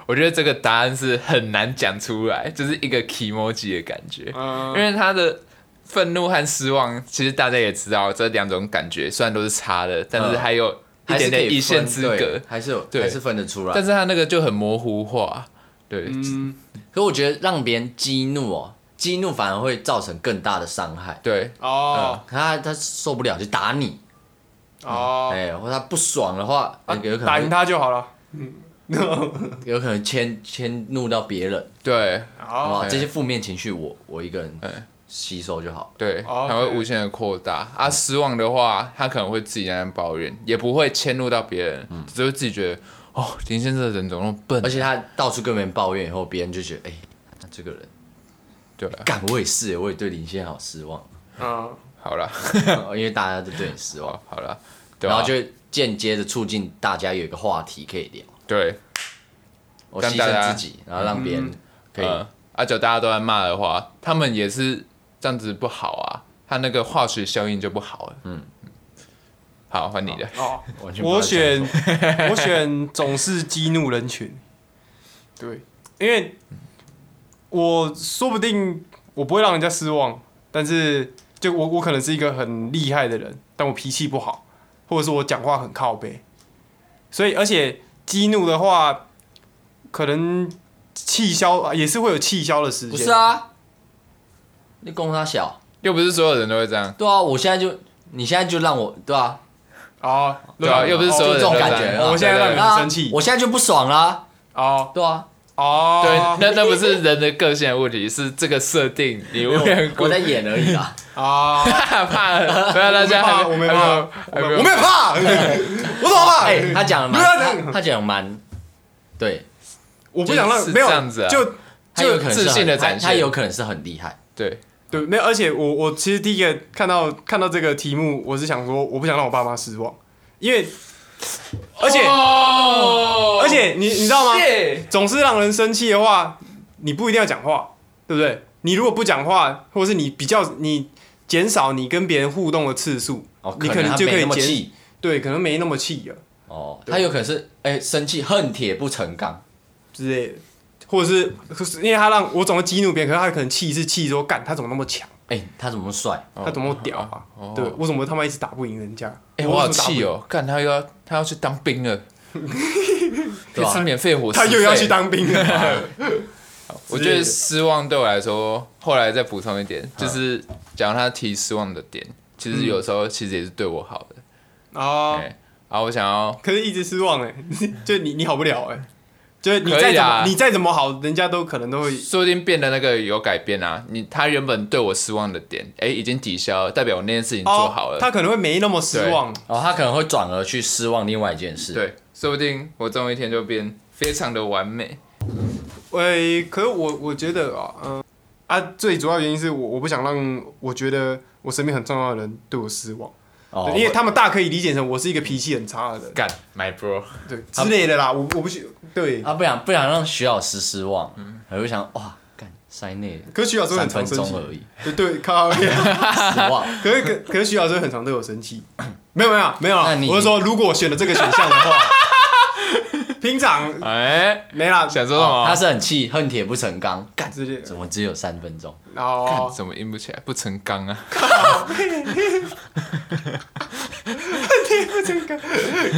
Speaker 3: 我觉得这个答案是很难讲出来，就是一个 emoji 的感觉，因
Speaker 1: 嗯，
Speaker 3: 为他的愤怒和失望，其实大家也知道这两种感觉虽然都是差的，但是还有一
Speaker 2: 嗯还是
Speaker 3: 点
Speaker 2: 可以
Speaker 3: 点一线
Speaker 2: 分
Speaker 3: 之
Speaker 2: 对
Speaker 3: 隔，
Speaker 2: 还是有，
Speaker 3: 对
Speaker 2: 还是分得出来。
Speaker 3: 但是他那个就很模糊化，对，
Speaker 2: 嗯可我觉得让别人激怒哦，激怒反而会造成更大的伤害。
Speaker 3: 对，
Speaker 1: 哦
Speaker 2: 嗯他他受不了就打你，
Speaker 1: 哦，
Speaker 2: 哎、或者他不爽的话，
Speaker 1: 啊
Speaker 2: 哎有可
Speaker 1: 打赢
Speaker 2: 能
Speaker 1: 他就好了。嗯 [LAUGHS]
Speaker 2: 有可能迁迁怒到别人，
Speaker 3: 对，
Speaker 2: 好
Speaker 1: 好，
Speaker 2: 不好？
Speaker 3: 哎
Speaker 2: 这些负面情绪我我一个人
Speaker 3: 哎
Speaker 2: 吸收就好。
Speaker 3: 对，
Speaker 1: 哦
Speaker 3: 它会无限的扩大。啊，失望的话，他可能会自己在那边抱怨，也不会迁怒到别人，只会自己觉得，哦，林先生的人怎么那么笨
Speaker 2: 嗯而？且他到处跟别人抱怨以后，别人就觉得，哎、他这个人
Speaker 3: 对啊，
Speaker 2: 干我也是，我也对林先好失望。 [LAUGHS]
Speaker 1: 嗯，
Speaker 3: 好了，
Speaker 2: 因为大家都对你失望，
Speaker 3: 好，好了， [LAUGHS] 对
Speaker 2: 然
Speaker 3: 啊
Speaker 2: 后就间接的促进大家有一个话题可以聊，
Speaker 3: 对，
Speaker 2: 我
Speaker 3: 让
Speaker 2: 牺
Speaker 3: 大家
Speaker 2: 牲自己，然后让别人可以
Speaker 3: 呃，而且大家都在骂的话，他们也是这样子不好啊，他那个化学效应就不好了。嗯，好，换你的。
Speaker 1: 哦，
Speaker 2: 完全不知道
Speaker 1: 我
Speaker 2: 在
Speaker 1: 选我选总是激怒人群，对，因为我说不定我不会让人家失望，但是就我我可能是一个很厉害的人，但我脾气不好，或者是我讲话很靠背，所以而且激怒的话，可能气消啊也是会有气消的时
Speaker 2: 讲
Speaker 1: 间，
Speaker 2: 不是，啊，你供他小，
Speaker 3: 又不是所有人都会这样，
Speaker 2: 对啊，我现在就你现在就让我对啊，
Speaker 1: 哦，
Speaker 3: 对啊，又不是所有人都
Speaker 2: 就这种
Speaker 3: 这
Speaker 2: 感觉
Speaker 3: 样。
Speaker 2: 啊
Speaker 1: 我现在让你
Speaker 3: 对
Speaker 1: 很生气
Speaker 2: 啊我现在就不爽啦，
Speaker 1: 哦 [LAUGHS]
Speaker 2: 对啊，
Speaker 1: 哦，
Speaker 3: 对，那那不是人的个性的问题，是这个设定你无缘无故
Speaker 2: 我在演而
Speaker 1: [LAUGHS]
Speaker 2: 已啦，
Speaker 1: 啊，
Speaker 3: 怕怕 [LAUGHS] 了，不要大家还
Speaker 1: 我没怕，我
Speaker 3: 还没
Speaker 1: 没
Speaker 3: 有
Speaker 1: 我没有怕，我怎么怕？
Speaker 2: 哎，他讲的蛮，
Speaker 1: 不要这样
Speaker 2: 他他讲得蛮，对，
Speaker 1: 我不想
Speaker 3: 就是
Speaker 1: 让没有
Speaker 3: 这样子啊
Speaker 1: 就
Speaker 2: 他有可能是
Speaker 3: 自信
Speaker 2: 很
Speaker 3: 的
Speaker 2: 他
Speaker 3: 展现
Speaker 2: 他有可能是很厉害，
Speaker 3: 对，
Speaker 1: 对，没有。而且我我其实第一个看到看到这个题目，我是想说，我不想让我爸妈失望，因为而且、
Speaker 3: 哦
Speaker 1: 而且你你知道吗？
Speaker 3: 谢
Speaker 1: 总是让人生气的话，你不一定要讲话，对不对？你如果不讲话，或者是你比较你减少你跟别人互动的次数，
Speaker 2: 哦，
Speaker 1: 你可能
Speaker 2: 他
Speaker 1: 就
Speaker 2: 没
Speaker 1: 可以
Speaker 2: 那么
Speaker 1: 减
Speaker 2: 气，
Speaker 1: 对，可能没那么气了
Speaker 2: 哦，他有可能是哎生气恨铁不成钢，
Speaker 1: 之类的，或者是可是因为他让我总会激怒别人，可是他可能气是气说干他怎么那么强。
Speaker 2: 哎，他怎么那么帅？
Speaker 1: 他怎么那么屌啊？
Speaker 3: 哦
Speaker 1: 对，我怎么他妈一直打不赢人家？
Speaker 3: 哎，我好
Speaker 1: 为什么打不赢
Speaker 3: 气！哦，看他又要他要去当兵了，可
Speaker 2: 对
Speaker 3: 以
Speaker 2: 吧
Speaker 3: 吃免费伙
Speaker 1: [LAUGHS]
Speaker 3: 食
Speaker 1: 他
Speaker 3: 费，
Speaker 1: 又要去当兵了，
Speaker 3: [LAUGHS] 我
Speaker 1: 之
Speaker 3: 觉
Speaker 1: 类
Speaker 3: 得
Speaker 1: 的
Speaker 3: 失望对我来说，后来再补充一点，就是讲他提失望的点，其实有时候其实也是对我好的。
Speaker 1: 哦
Speaker 3: 哎、，然后我想要，
Speaker 1: 可是一直失望哎， [LAUGHS] 就你你好不了哎，就是你
Speaker 3: 可以
Speaker 1: 再怎
Speaker 3: 啊
Speaker 1: 么你再怎么好，人家都可能都会
Speaker 3: 说不定变得那个有改变啊。你他原本对我失望的点，哎、已经抵消了，代表我那件事情做好了。
Speaker 1: 哦他可能会没那么失望
Speaker 2: 哦，他可能会转而去失望另外一件事。，
Speaker 3: 对，说不定我总有一天就变非常的完美。
Speaker 1: 喂，可是我我觉得啊，嗯、啊，最主要原因是我我不想让我觉得我身边很重要的人对我失望，
Speaker 2: 哦，
Speaker 1: 对因为他们大可以理解成我是一个脾气很差的人，
Speaker 3: 干，my bro， [LAUGHS]
Speaker 1: 对之类的啦，我我不去对。
Speaker 2: 啊他不想不想让徐老师失望，我就想哇，干塞内
Speaker 1: 可是徐老师
Speaker 2: 三
Speaker 1: 嗯很
Speaker 2: 分
Speaker 1: 常生
Speaker 2: 钟
Speaker 1: 气，
Speaker 2: 而已，
Speaker 1: 对对，靠 [LAUGHS] 腰
Speaker 2: 失望。
Speaker 1: 可是可可是徐老师很常对我生
Speaker 2: [COUGHS]
Speaker 1: 气，没有没有没有啊
Speaker 2: 那，你
Speaker 1: 我是说如果我选了这个选项的话，平常
Speaker 2: [LAUGHS]
Speaker 3: 哎、
Speaker 1: 没啦，
Speaker 3: 想说什
Speaker 2: 哦
Speaker 3: 么？
Speaker 2: 他是很气，恨铁不成钢，干
Speaker 1: 直接
Speaker 2: 怎么只有三分钟？
Speaker 1: 然
Speaker 3: 看
Speaker 1: 后
Speaker 3: 怎么硬不起来，不成钢啊！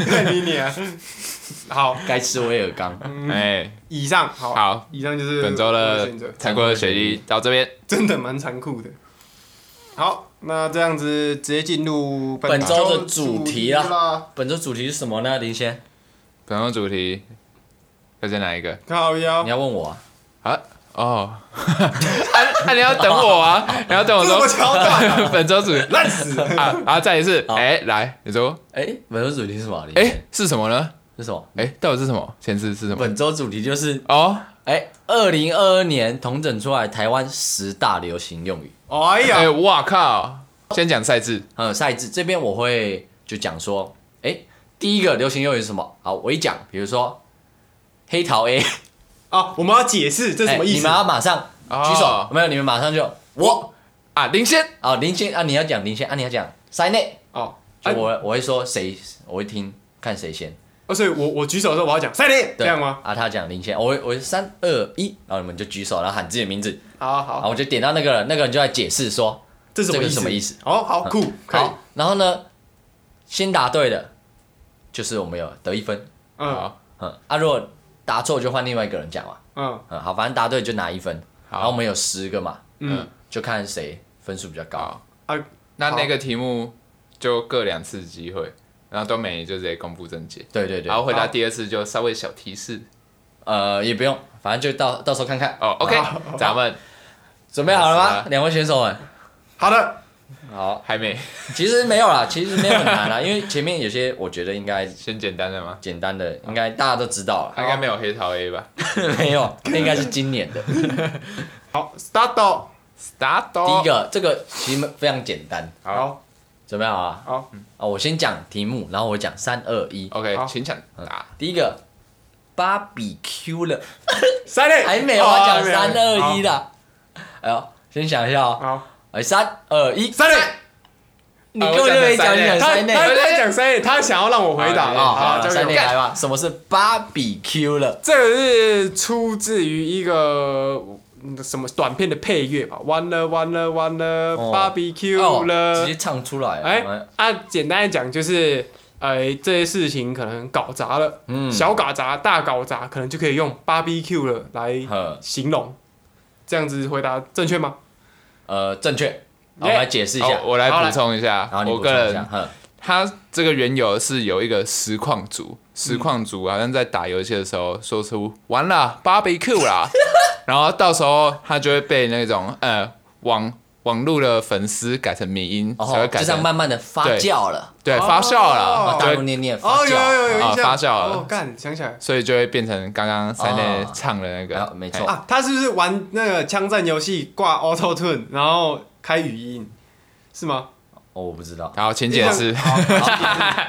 Speaker 1: 看你你啊，好，
Speaker 2: 该吃威尔刚，
Speaker 3: 哎、
Speaker 1: 以上好，
Speaker 3: 好，
Speaker 1: 以上就是
Speaker 3: 本周
Speaker 1: 我
Speaker 3: 的
Speaker 1: 选择
Speaker 3: 残酷的雪莉到这边，
Speaker 1: 真的蛮残酷的。好，那这样子直接进入
Speaker 2: 本周的
Speaker 1: 主
Speaker 2: 主题啦
Speaker 1: 啦。
Speaker 2: 本周主题是什么呢？林先，
Speaker 3: 本周主题要选哪一个？
Speaker 1: 靠腰
Speaker 2: 你，要问我啊？
Speaker 3: 啊哦，啊啊！你要等
Speaker 1: [LAUGHS]
Speaker 3: 我啊，你要等我
Speaker 1: 这么啊
Speaker 3: 说
Speaker 1: 巧 [LAUGHS] 的，
Speaker 3: 本周主题
Speaker 1: 烂死了。
Speaker 3: 啊啊！再一次，哎，来，你说，
Speaker 2: 哎，本周主题是什么啊？林
Speaker 3: 哎
Speaker 2: 先，
Speaker 3: 是什么呢？
Speaker 2: 是什么？
Speaker 3: 哎，到底是什么？前置是什么？
Speaker 2: 本周主题就是
Speaker 3: 哦，
Speaker 2: 哎，二零二二年统整出来台湾十大流行用语。
Speaker 1: 哎
Speaker 3: 哎，
Speaker 1: 呀，
Speaker 3: 哇靠！先讲赛制，
Speaker 2: 呃，赛制这边我会就讲说，哎，第一个流行用语是什么？好，我一讲，比如说黑桃 A，
Speaker 1: 啊，我们要解释 [LAUGHS] 这什么
Speaker 2: 哎
Speaker 1: 意
Speaker 2: 你
Speaker 1: 思
Speaker 2: 们？要马上
Speaker 3: 哦
Speaker 2: 举手，没有你们马上就我
Speaker 3: 啊，领先
Speaker 2: 啊，林先啊，你要讲林先啊，你要讲塞内，
Speaker 1: 哦，
Speaker 2: 就
Speaker 1: 哎
Speaker 2: 我我会说谁，我会听看谁先，
Speaker 1: 哦，所以我我举手的时候我要讲赛琳，这
Speaker 2: 对
Speaker 1: 样吗？？
Speaker 2: 啊，他讲林先，我会我会三二一，然后你们就举手，然后喊自己的名字，
Speaker 1: 好
Speaker 2: 然后
Speaker 1: 好，
Speaker 2: 我就点到那个人，那个人就来解释说，
Speaker 1: 这是
Speaker 2: 这个是什么意思？嗯
Speaker 1: 哦，好酷，可以
Speaker 2: 好，然后呢，先答对的，就是我们有得一分，
Speaker 1: 嗯
Speaker 2: 嗯，啊，如果答错就换另外一个人讲嘛，
Speaker 1: 嗯，
Speaker 2: 嗯，好，反正答对就拿一分，然后我
Speaker 3: 好，
Speaker 2: 们有十个嘛，
Speaker 1: 嗯，
Speaker 2: 就看谁分数比较高。
Speaker 3: 好
Speaker 1: 啊，
Speaker 3: 那
Speaker 1: 好
Speaker 3: 那个题目就各两次机会，然后都没就直接公布正解，
Speaker 2: 对对对
Speaker 3: 然，后回答
Speaker 1: 好
Speaker 3: 第二次就稍微小提示
Speaker 2: 呃，也不用，反正就到到时候看看。
Speaker 3: 哦，OK，
Speaker 1: 好好
Speaker 3: 咱们
Speaker 2: 准备好了
Speaker 3: 好
Speaker 2: 吗
Speaker 3: 啊？
Speaker 2: 两位选手们，
Speaker 1: 好的，
Speaker 2: 好，
Speaker 3: 还没
Speaker 2: 其实没有啦，其实没有很难啦，因为前面有些我觉得应该
Speaker 3: 先简单的吗？
Speaker 2: 简单的，应该大家都知道
Speaker 3: 他应该没有黑桃 A 吧？
Speaker 2: [LAUGHS] 了，没有，那应该是今年的。
Speaker 1: 好，start 到
Speaker 3: Start
Speaker 2: 第一个，这个其实非常简单，
Speaker 1: 好
Speaker 2: 准备好啊？
Speaker 1: 好，
Speaker 2: 啊，我先讲题目，然后我讲三二一。
Speaker 1: 好
Speaker 3: OK，请抢答。
Speaker 2: 第一个，芭比 Q 了， [LAUGHS]
Speaker 1: 三类
Speaker 2: 还哦没有，
Speaker 1: 哦
Speaker 2: 我讲三二一
Speaker 1: 的，
Speaker 2: 的。哎呦，先想一下哦，
Speaker 1: 好，
Speaker 2: 哎，三二一，
Speaker 1: 三类，
Speaker 2: 你根本就没讲，你讲
Speaker 1: 他
Speaker 2: 三
Speaker 1: 他
Speaker 2: 类。
Speaker 1: 他讲三类，他想要让我回答
Speaker 3: 好
Speaker 2: 哦，哎好
Speaker 1: 交
Speaker 2: 了，
Speaker 1: 给
Speaker 2: 三
Speaker 1: 我
Speaker 2: 类来吧。什么是芭比 Q 了？
Speaker 1: 这个是出自于一个嗯什么短片的配乐吧？完了完了完了
Speaker 2: 哦
Speaker 1: ，barbecue
Speaker 2: 直
Speaker 1: 了
Speaker 2: 接。唱出来。
Speaker 1: 哎、
Speaker 2: 哎，
Speaker 1: 啊，简单的讲就是，呃，这些事情可能搞砸了，
Speaker 2: 嗯
Speaker 1: 小搞砸、大搞砸，可能就可以用 barbecue 了来
Speaker 2: 呵，
Speaker 1: 形容。这样子回答正确吗？
Speaker 2: 呃，正确。好我来解释一下
Speaker 3: 好，，我来
Speaker 1: 好来
Speaker 3: 补充一下
Speaker 2: 然后，你
Speaker 3: 我
Speaker 2: 补充
Speaker 3: 个
Speaker 2: 一下。
Speaker 3: 人
Speaker 2: 呵，
Speaker 3: 他这个缘由是有一个实况组，
Speaker 2: 嗯
Speaker 3: 实况组好像在打游戏的时候说出“完了 barbecue
Speaker 2: [LAUGHS]
Speaker 3: 啦”，然后到时候他就会被那种呃网网路的粉丝改成迷音，
Speaker 2: 然
Speaker 3: 才
Speaker 2: 后
Speaker 3: 会
Speaker 2: 哦就
Speaker 3: 改
Speaker 2: 这样
Speaker 3: 成
Speaker 2: 慢慢的发酵了，
Speaker 3: 对
Speaker 1: 哦
Speaker 3: 发酵
Speaker 1: 哦
Speaker 3: 了，
Speaker 2: 大
Speaker 3: 对
Speaker 2: 陆，念念发
Speaker 1: 哦，有有有
Speaker 2: 酵。
Speaker 1: 有
Speaker 3: 啊
Speaker 1: 印象，
Speaker 3: 发酵了
Speaker 1: 哦，干，想起来
Speaker 3: 所以就会变成刚刚三内
Speaker 2: 哦
Speaker 3: 唱的那
Speaker 2: 啊
Speaker 3: 个，
Speaker 2: 没错
Speaker 3: 哎
Speaker 1: 啊，他是不是玩那个枪战游戏挂 Auto Tune，然后开语音，是吗？
Speaker 2: 哦，我不知
Speaker 3: [LAUGHS]
Speaker 2: 道。
Speaker 3: 好，请解释，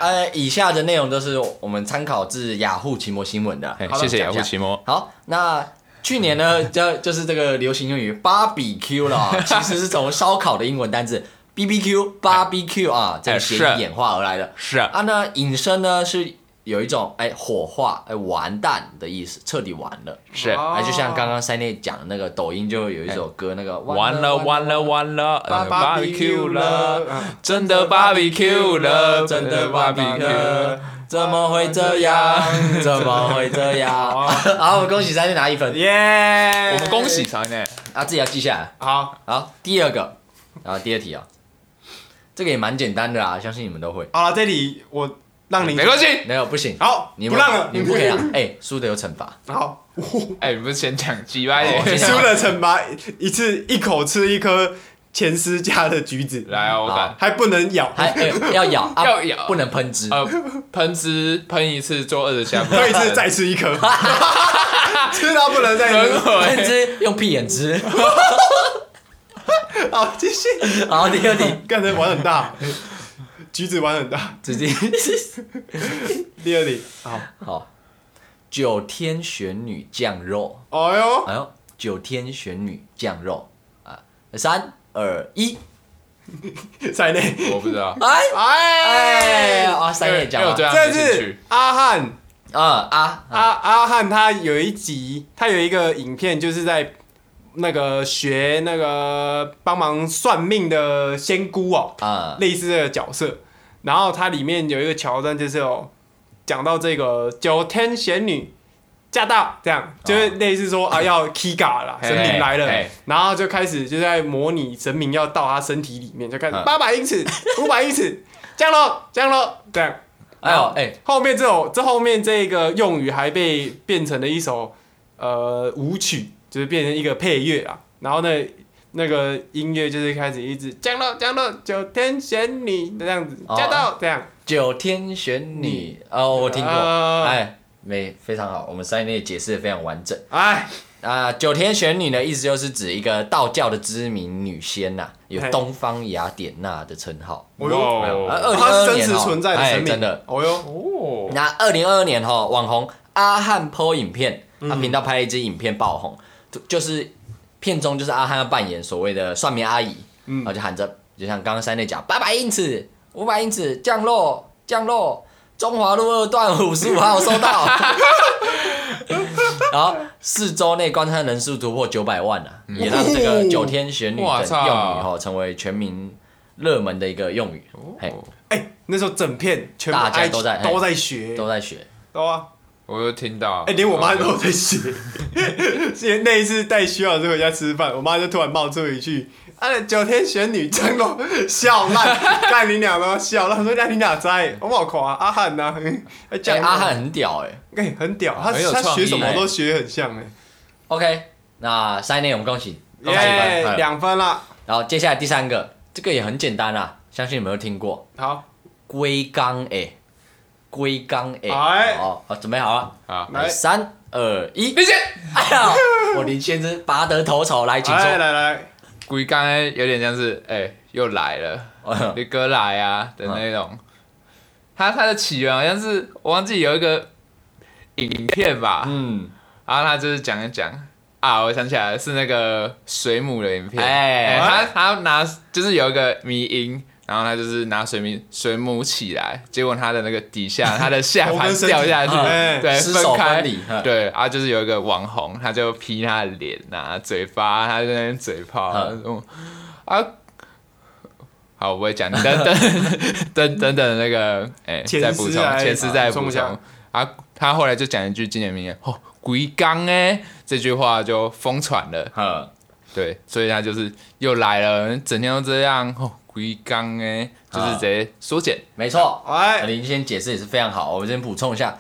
Speaker 2: 呃，以下的内容都是我们参考自雅虎奇摩新闻的
Speaker 3: 嘿，
Speaker 2: 好
Speaker 3: 谢谢
Speaker 2: 讲
Speaker 3: 雅
Speaker 2: 一下
Speaker 3: 虎奇摩，
Speaker 2: 好，那去年呢， [LAUGHS] 就就是这个流行用语 barbecue 了
Speaker 3: [LAUGHS]
Speaker 2: 啊，其实是从烧烤的英文单字 BBQ、barbecue 啊这个谐音
Speaker 3: 哎是
Speaker 2: 演化而来的。
Speaker 3: 是啊
Speaker 2: 啊，那引申呢是有一种哎火化、哎完蛋的意思，彻底完了。
Speaker 3: 是，啊
Speaker 1: 哦
Speaker 2: 哎，就像刚刚三内讲的那个抖音就有一首歌，那个
Speaker 3: 完了完了完了呃
Speaker 1: barbecue
Speaker 3: ，barbecue 了。
Speaker 1: 了，
Speaker 3: 真的 barbecue 了，
Speaker 2: 真的 barbecue
Speaker 3: barbecue。
Speaker 2: 怎么会这样？怎么会这样？好，我们恭喜三内拿一
Speaker 1: [LAUGHS]
Speaker 2: 分，
Speaker 1: 耶！
Speaker 3: 我们恭喜常呢，
Speaker 2: 啊，自己要记下来。
Speaker 1: 好，
Speaker 2: 好，第二个，然后第二题啊、这个也蛮简单的啦，相信你们都会。
Speaker 1: 好了，这里我让你
Speaker 3: 哎没关系。
Speaker 2: 没有不行，
Speaker 1: 好，
Speaker 2: 你
Speaker 1: 不
Speaker 2: 们
Speaker 1: 让了，
Speaker 2: 你们不可以啊！哎，输的有惩罚，
Speaker 1: 好，
Speaker 3: 哎，你不是先讲鸡
Speaker 1: [LAUGHS]
Speaker 3: 巴
Speaker 2: 哦我先
Speaker 3: 耶？
Speaker 1: 输了惩罚一次，一口吃一颗前思家的橘
Speaker 2: [LAUGHS]
Speaker 1: 子，
Speaker 3: 来啊，我敢。
Speaker 1: 还不能咬，
Speaker 2: 还、哎要咬啊，
Speaker 3: 要咬
Speaker 2: 不能喷汁。
Speaker 3: 呃，喷汁喷一次做二十
Speaker 1: [LAUGHS]
Speaker 3: 下，
Speaker 1: 喝一次再吃一
Speaker 2: [LAUGHS]
Speaker 1: 颗，吃到不能再
Speaker 3: 轮
Speaker 1: 吃。
Speaker 2: 喷
Speaker 3: 回。
Speaker 2: 汁用屁眼汁。
Speaker 1: 好，继续。
Speaker 2: 好，第二题，
Speaker 1: 干的玩很大，橘子玩很大。
Speaker 2: 直接
Speaker 1: 第二题，好，
Speaker 2: 好，九天玄女降肉。
Speaker 1: 哎呦，
Speaker 2: 哎呦，九天玄女降肉啊！三二一，
Speaker 1: 在内，
Speaker 3: 我不知道，
Speaker 2: 哎哎，
Speaker 1: 哎，
Speaker 2: 啊，三也讲
Speaker 3: 因为我
Speaker 2: 了
Speaker 3: 对他
Speaker 1: 这
Speaker 3: 没兴
Speaker 1: 是
Speaker 3: 趣。
Speaker 1: 阿汉，
Speaker 2: 啊啊
Speaker 1: 阿阿汉他有一集，他有一个影片，就是在那个学那个帮忙算命的仙姑哦，
Speaker 2: 啊！
Speaker 1: 类似这个角色。然后它里面有一个桥段，就是有讲到这个九天玄女驾到，这样就是类似说啊
Speaker 2: [LAUGHS]
Speaker 1: 要 Kiga 啦，
Speaker 3: 嘿
Speaker 1: 神明来了
Speaker 3: 嘿，
Speaker 1: 然后就开始就在模拟神明要到他身体里面，就开始
Speaker 2: 嗯
Speaker 1: 八百英
Speaker 2: [LAUGHS]
Speaker 1: 尺、五百英尺，降落降落这样。
Speaker 2: 哎呦哎，
Speaker 1: 后面这种这后面这个用语还被变成了一首呃舞曲，就是变成一个配乐啊。然后呢，那个音乐就是开始一直降落降落，九天玄女这样子，
Speaker 2: 哦
Speaker 1: 降到这样。
Speaker 2: 九天玄女哦，我听过，
Speaker 1: 啊
Speaker 2: 哎，没非常好，我们三内解释的非常完整。
Speaker 1: 哎，
Speaker 2: 啊、九天玄女的意思就是指一个道教的知名女仙呐、有
Speaker 1: 嘿
Speaker 2: 东方雅典娜的称号。
Speaker 1: 我有
Speaker 3: 哇哦
Speaker 2: 啊二零
Speaker 1: 它
Speaker 2: 二
Speaker 1: 是
Speaker 2: 二
Speaker 1: 真
Speaker 2: 年
Speaker 1: 实
Speaker 2: 哦
Speaker 1: 存在的
Speaker 2: 哎
Speaker 1: 神明，
Speaker 2: 真的。
Speaker 1: 哦哟，
Speaker 3: 哦，
Speaker 2: 那二零二二年哈、网红阿汉播影片，
Speaker 3: 嗯
Speaker 2: 他频道拍了一支影片爆红，就就是片中就是阿汉要扮演所谓的算命阿姨，
Speaker 3: 嗯
Speaker 2: 然后就喊着，就像刚刚三内讲，八百英尺、五百英尺降落降落，中华路二段五十五号收到。 [LAUGHS] 然后四周内观看人数突破九百万啊，也让这个九天玄女
Speaker 3: 嗯哇
Speaker 2: 的
Speaker 3: 操
Speaker 2: 用语哈、成为全民热门的一个用语，嘿，
Speaker 3: 哦
Speaker 1: 哎，那时候整片全部
Speaker 2: 大家
Speaker 1: IG
Speaker 2: 都在
Speaker 1: 都在学，
Speaker 2: 都在学。
Speaker 1: 都啊，
Speaker 3: 我又听到。哦
Speaker 1: 哎，连我妈都在学。 [LAUGHS] 先那一次带徐老师回家吃饭，我妈就突然冒出一句：“啊，九天玄女降落，笑烂， [LAUGHS] 干你俩都笑烂。”说：“干你俩在，我好夸阿汉呐，哎
Speaker 2: 哎、
Speaker 1: 降落
Speaker 2: 阿汉很屌哎、
Speaker 1: 哎很屌，他
Speaker 3: 很有
Speaker 1: 他
Speaker 3: 创
Speaker 1: 学
Speaker 3: 意
Speaker 1: 什么
Speaker 2: 哎
Speaker 1: 都学很像哎。
Speaker 2: OK，那三内容恭喜，恭喜一分。
Speaker 1: 耶，
Speaker 2: 嗯
Speaker 1: 两分啦，
Speaker 2: 然后接下来第三个，这个也很简单啦，相信你们都听过
Speaker 1: 好，
Speaker 2: 龟缸哎，龟缸哎，
Speaker 1: 哎
Speaker 2: 好，好，准备好了，
Speaker 3: 啊，
Speaker 1: 来，
Speaker 2: 三二一，
Speaker 3: 林先，
Speaker 2: 哎呀，我林先生拔得头筹，来，请
Speaker 1: 来
Speaker 2: 说。
Speaker 1: 来来，
Speaker 3: 龟刚才有点像是哎、又来了，你哥来啊的那种。它它的起源好像是我忘记有一个影片吧，
Speaker 2: [LAUGHS] 嗯，
Speaker 3: 然后他就是讲一讲啊，我想起来了是那个水母的影片，
Speaker 2: 哎
Speaker 3: 他他拿就是有一个迷音，然后他就是拿水母水母起来，结果他的那个底下他
Speaker 2: [LAUGHS]
Speaker 3: 的下
Speaker 1: 头
Speaker 3: 盘
Speaker 1: 跟身体
Speaker 3: 掉下去，
Speaker 1: 嗯
Speaker 3: 对，
Speaker 2: 哎失手
Speaker 3: 开
Speaker 2: 分离嗯
Speaker 3: 对啊，就是有一个网红，他就劈他的脸啊、嘴巴，他在那边嘴炮，
Speaker 2: 嗯
Speaker 3: 嗯啊。好，我不会讲，等等等等等那个，哎、
Speaker 1: 前
Speaker 3: 再补充
Speaker 1: 司，来
Speaker 3: 前司再
Speaker 1: 补充
Speaker 3: 补
Speaker 1: 一下
Speaker 3: 充。啊，他后来就讲一句经典名言：“哦，鬼刚哎！”这句话就疯传了。
Speaker 2: 呵，
Speaker 3: 对，所以他就是又来了，整天都这样。哦，鬼刚哎，
Speaker 1: 啊
Speaker 3: 就是直接缩减。
Speaker 2: 没错。
Speaker 1: 哎
Speaker 2: 林先解释也是非常好，我先补充一下，“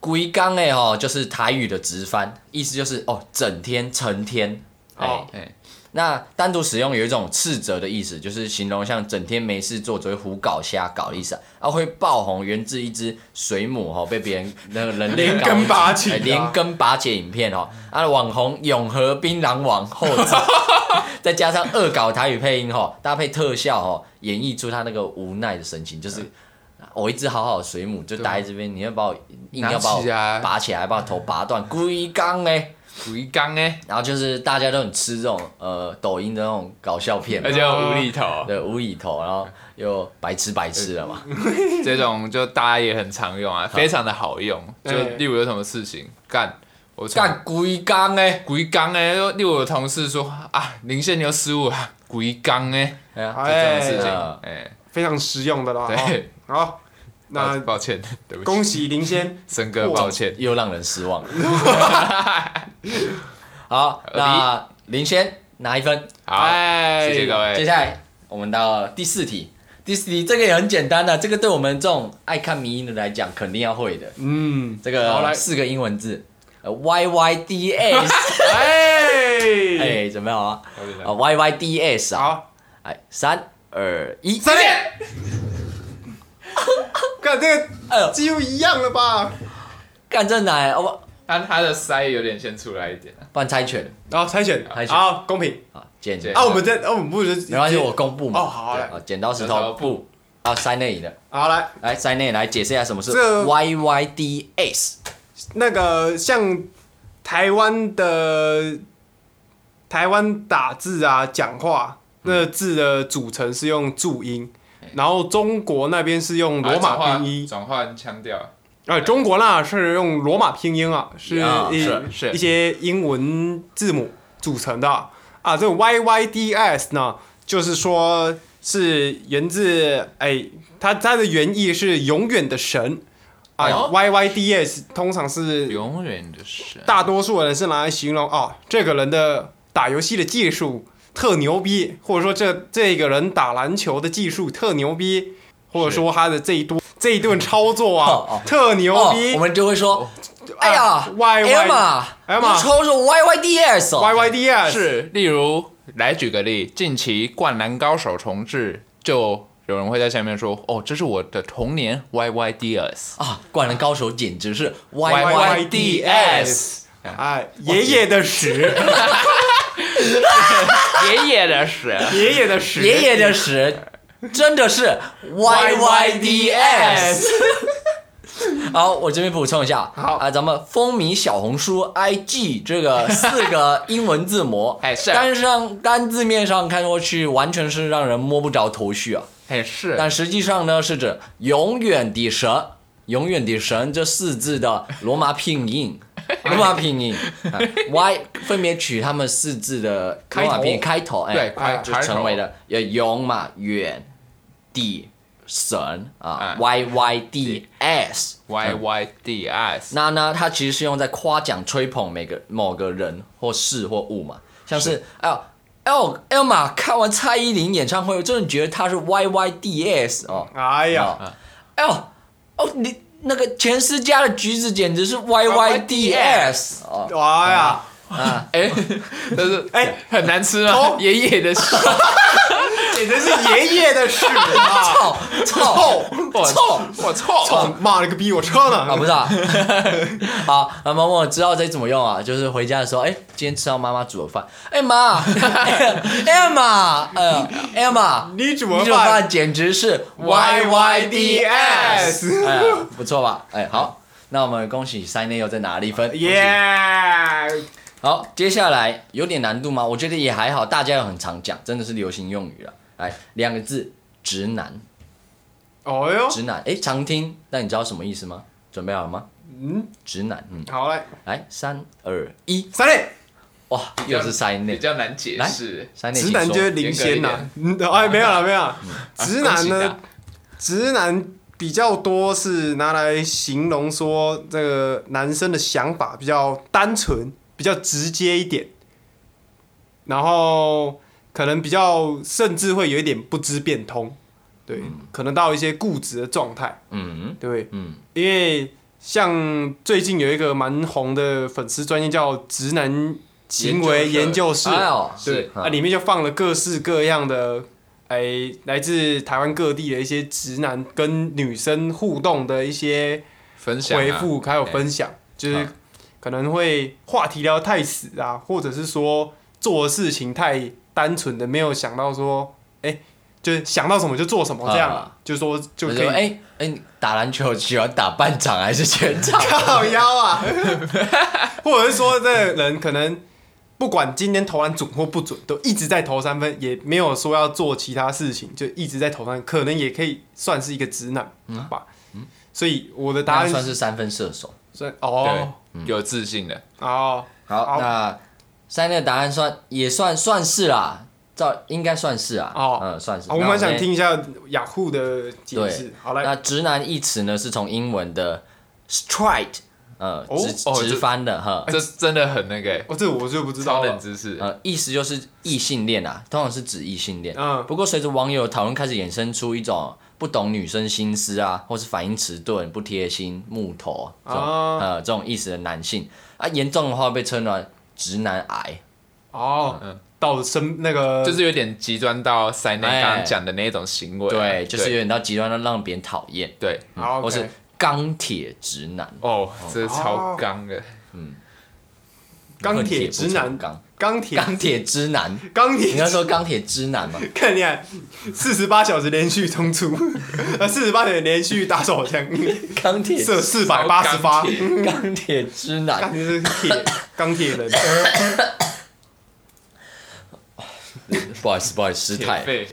Speaker 2: 龟缸”哎哦，就是台语的直翻，意思就是哦，整天成天。哎、
Speaker 1: 哦
Speaker 3: 哎，
Speaker 2: 那单独使用有一种斥责的意思，就是形容像整天没事做，只会胡搞瞎搞的意思啊。啊，会爆红源自一只水母哈、哦，被别人那个人类
Speaker 1: 连
Speaker 2: 搞
Speaker 1: 根拔起
Speaker 2: 哎
Speaker 1: 啊
Speaker 2: 连根拔起影片哦。啊，网红永和槟榔王后置， [LAUGHS] 再加上恶搞台语配音哈、哦，搭配特效哈、哦，演绎出他那个无奈的神情，就是。啊我一只好好的水母
Speaker 1: 啊
Speaker 2: 就待在这边，你要把我硬要把
Speaker 3: 拿起来
Speaker 2: 我拔起来，把我头拔断，故意刚哎！
Speaker 3: 鬼刚哎，
Speaker 2: 然后就是大家都很吃这种呃抖音的那种搞笑片嘛
Speaker 3: 而，且有无厘头，
Speaker 2: 对无厘头，然后又白痴白痴了嘛，
Speaker 3: 这种就大家也很常用啊，非常的好用。就
Speaker 1: 对
Speaker 3: 例如有什么事情干，我从
Speaker 2: 干龟缸
Speaker 1: 欸
Speaker 2: 哎，
Speaker 3: 鬼刚哎，就例如我同事说啊，林宪你又失误啊，鬼刚哎，
Speaker 2: 哎呀，
Speaker 3: 就这种
Speaker 1: 哎
Speaker 3: 事情
Speaker 2: 嗯，
Speaker 3: 哎，
Speaker 1: 非常实用的啦。
Speaker 3: 对。哎
Speaker 1: 好，好
Speaker 3: 那
Speaker 1: 那
Speaker 3: 抱歉，对不起，
Speaker 1: 恭喜林先，
Speaker 3: 森哥，抱
Speaker 1: 哎
Speaker 3: 歉。
Speaker 2: 又让人
Speaker 1: [LAUGHS]
Speaker 2: 失望。好，
Speaker 1: 呃
Speaker 2: 那林先拿一分，
Speaker 3: 好，
Speaker 1: 哎
Speaker 3: 谢谢各
Speaker 2: 接
Speaker 3: 位。
Speaker 2: 下来我们到第四题。第四题这个也很简单的、啊这个对我们这种爱看迷音的来讲，肯定要会的。
Speaker 1: 嗯，
Speaker 2: 这
Speaker 1: 好来
Speaker 2: 个四个英文字，呃，Y Y D
Speaker 1: [LAUGHS]
Speaker 2: S，
Speaker 1: 哎，
Speaker 2: 哎，准备好啊？啊，Y Y D S 啊，
Speaker 1: 好，
Speaker 2: 哎，三二一，
Speaker 1: 三点，看这
Speaker 2: 哎呦
Speaker 1: 个几乎一样了吧？
Speaker 2: 干这奶，哦不，
Speaker 3: 但他的腮有点先出来一点，啊
Speaker 2: 不然猜拳
Speaker 1: 然后猜选
Speaker 2: 猜，选
Speaker 1: 好，公平
Speaker 2: 啊，剪
Speaker 3: 剪
Speaker 1: 啊！我们在，啊，我们不能
Speaker 2: 没关系，我公布嘛。
Speaker 1: 哦好来
Speaker 2: 啊，剪刀石
Speaker 3: 剪刀
Speaker 2: 头布，啊，塞内里的，
Speaker 1: 好来。
Speaker 2: 来塞内来解释一下什么是
Speaker 1: 这
Speaker 2: Y Y D S，
Speaker 1: 那个像台湾的台湾打字啊，讲话那字的组成是用注音，然后中国那边是用罗马拼音，
Speaker 3: 转换腔调，
Speaker 1: 呃，中国那是用罗马拼音啊，是
Speaker 2: 啊
Speaker 1: 一
Speaker 3: 是是
Speaker 1: 一些英文字母组成的啊。啊这个 Y Y D S 呢，就是说是源自哎，它它的原意是永远的神啊、
Speaker 3: 哎呦
Speaker 1: y Y D S 通常是
Speaker 3: 永远的神。
Speaker 1: 大多数人是拿来形容哦，这个人的打游戏的技术特牛逼，或者说这这个人打篮球的技术特牛逼，或者说他的这一顿这一顿操作
Speaker 2: 哦
Speaker 1: 啊
Speaker 2: 哦
Speaker 1: 特牛
Speaker 2: 哦，
Speaker 1: 逼
Speaker 2: 我。们就会说，哎
Speaker 1: 啊
Speaker 2: 呀
Speaker 1: ，Y Y
Speaker 2: ，Emma，
Speaker 1: Emma
Speaker 2: 你抽是 Y Y D S，哦
Speaker 1: Y Y D S
Speaker 3: 是，例如来举个例，近期《灌篮高手》重置，就有人会在下面说：“哦，这是我的童年 Y Y D S。
Speaker 2: 啊，灌篮高手简直是 Y Y D S，啊哦
Speaker 1: YYDS。哎，爷爷的屎，”
Speaker 3: 爷爷的神，，
Speaker 1: 爷爷的屎，
Speaker 2: 爷爷的屎真的是 Y Y D S。好，我这边补充一下，
Speaker 1: 好
Speaker 2: 啊，咱们风靡小红书、IG 这个四个英文字 [LAUGHS] 母
Speaker 3: 哎是
Speaker 2: 单上单字面上看过去，完全是让人摸不着头绪啊。
Speaker 3: 很哎是，
Speaker 2: 但实际上呢，是指“永远的神”“永远的神”这四字的罗马拼音，罗马拼音、啊 y 分别取他们四字的罗马拼音开头，哎，
Speaker 3: 对
Speaker 1: 开
Speaker 2: 就
Speaker 3: 开头
Speaker 2: 成为了呃永嘛远地神啊
Speaker 3: 哎
Speaker 2: ，y y d s。
Speaker 3: Y Y D S。
Speaker 2: 那呢，它其实是用在夸奖、吹捧每个某个人或事或物嘛，像是哎呦。L L 马看完蔡依林演唱会，我真的觉得她是 Y Y D S 哦，
Speaker 1: 哎呀，
Speaker 2: 哦，哎呦，哦，你那个全世家的橘子简直是 Y Y D S 哦，
Speaker 1: 哎呀，
Speaker 3: 哎，但是
Speaker 1: 哎
Speaker 3: 很难吃
Speaker 2: [LAUGHS]
Speaker 3: 吗？爷爷的神，
Speaker 1: 简直是爷爷的屎啊！
Speaker 2: [LAUGHS] 臭臭，
Speaker 3: 我
Speaker 2: 臭，
Speaker 3: 我臭，
Speaker 1: 操，骂了个逼，我车
Speaker 2: 啊，
Speaker 1: 呢？
Speaker 2: 不是啊， [LAUGHS] 好，那妈妈知道这怎么用啊？就是回家的时候，哎、今天吃到妈妈煮的饭，哎、妈， [LAUGHS] 哎妈，呃，哎妈，
Speaker 1: 你怎
Speaker 2: 你
Speaker 1: 么
Speaker 2: 煮的
Speaker 1: 办？
Speaker 2: 饭简直是
Speaker 1: YYDS
Speaker 2: 哎呀，不错吧？哎、好，那我们恭喜塞内又在拿了一分，
Speaker 1: 耶！
Speaker 2: 好，接下来有点难度吗？我觉得也还好，大家又很常讲，真的是流行用语了。来，两个字，直男，
Speaker 1: 哦哟，
Speaker 2: 直男，哎、常听，但你知道什么意思吗？准备好了吗？
Speaker 1: 嗯，
Speaker 2: 直男，嗯，
Speaker 1: 好嘞，
Speaker 2: 来，三二一，
Speaker 1: 三类
Speaker 2: 哇，又是塞内
Speaker 3: 比，较难解
Speaker 2: 来
Speaker 3: 释。
Speaker 2: 塞内，
Speaker 1: 直男
Speaker 2: 请
Speaker 1: 就
Speaker 2: 说
Speaker 1: 是领先呐
Speaker 3: 严。
Speaker 1: 嗯哎，没有了，没有啦。直男
Speaker 3: 啊恭喜
Speaker 1: 呢
Speaker 3: 他？
Speaker 1: 直男比较多是拿来形容说这个男生的想法比较单纯，比较直接一点，然后可能比较甚至会有一点不知变通，对，可能到一些固执的状态，
Speaker 2: 嗯
Speaker 1: 对，
Speaker 2: 嗯，
Speaker 1: 因为像最近有一个蛮红的粉丝专业叫“直男行为研究室”，
Speaker 2: 哎呦，
Speaker 1: 哦对，
Speaker 2: 嗯
Speaker 1: 啊，里面就放了各式各样的，哎、来自台湾各地的一些直男跟女生互动的一些
Speaker 3: 分享啊
Speaker 1: 回复，还有分享，就是
Speaker 3: 啊
Speaker 1: 可能会话题聊得太死啊，或者是说做的事情太单纯的，没有想到说，哎、就是想到什么就做什么这样，
Speaker 2: 啊
Speaker 1: 就说就
Speaker 2: 我
Speaker 1: 可
Speaker 2: 说
Speaker 1: 以
Speaker 2: 哎哎，你打篮球喜欢打半场还是全
Speaker 1: [LAUGHS]
Speaker 2: 场？
Speaker 1: 靠腰啊， [LAUGHS] 或者是说这个人可能不管今天投篮准或不准，都一直在投三分，也没有说要做其他事情，就一直在投三，可能也可以算是一个直男吧。所以我的答
Speaker 2: 他
Speaker 1: 案
Speaker 2: 算
Speaker 1: 是
Speaker 2: 是三分射手。
Speaker 1: 算
Speaker 3: 对嗯
Speaker 1: 哦，
Speaker 3: 有自信的，
Speaker 1: 哦，
Speaker 2: 好，
Speaker 1: 好
Speaker 2: 那塞内的答案算也算算是啦，照应该算是啊，
Speaker 1: 哦
Speaker 2: 嗯，算是。
Speaker 1: 好我
Speaker 2: 那
Speaker 1: 蛮想
Speaker 2: 们
Speaker 1: 听一下雅虎的解释
Speaker 2: 对。
Speaker 1: 好来，
Speaker 2: 那直男一词呢，是从英文的 stride，呃，
Speaker 1: 哦
Speaker 2: 直
Speaker 3: 哦
Speaker 2: 直
Speaker 3: 这
Speaker 2: 翻的哈，
Speaker 3: 这真的很那个
Speaker 1: 哦，这我就不知
Speaker 3: 高
Speaker 1: 道
Speaker 3: 冷
Speaker 1: 了。
Speaker 3: 知识。
Speaker 2: 呃，意思就是异性恋啊，通常是指异性恋。
Speaker 1: 嗯
Speaker 2: 不过随着网友讨论开始衍生出一种不懂女生心思啊，或是反应迟钝、不贴心、木头这种、
Speaker 1: 啊
Speaker 2: 呃这种意思的男性啊，严重的话被称为直男癌。
Speaker 1: 哦
Speaker 3: 嗯，
Speaker 1: 到生那个
Speaker 3: 就是有点极端到塞内
Speaker 2: 哎
Speaker 3: 刚刚讲的那种行为啊，
Speaker 2: 对，就是有点到极端到让别人讨厌，
Speaker 3: 对对
Speaker 1: 好，
Speaker 2: 或
Speaker 1: OK
Speaker 2: 是钢铁直男、
Speaker 3: 哦，这是超刚的，
Speaker 1: 钢铁
Speaker 2: 不
Speaker 1: 直
Speaker 2: 锈
Speaker 1: 男，
Speaker 2: 钢
Speaker 1: 钢铁
Speaker 2: 钢铁
Speaker 1: [LAUGHS]
Speaker 2: 直男，
Speaker 1: 钢
Speaker 2: [LAUGHS] 你
Speaker 1: 铁
Speaker 2: 要说钢铁直男吗？
Speaker 1: 看你看，四十八小时连续冲出，呃，四十八小时连续打手
Speaker 2: [LAUGHS]
Speaker 1: 枪，
Speaker 2: 钢铁
Speaker 1: 射四百八十发，
Speaker 2: 钢铁直
Speaker 1: 感
Speaker 2: 男，
Speaker 1: 觉是铁钢铁
Speaker 2: [LAUGHS]
Speaker 1: 人。
Speaker 2: 不好意思，不好意思，失态
Speaker 3: 铁。肺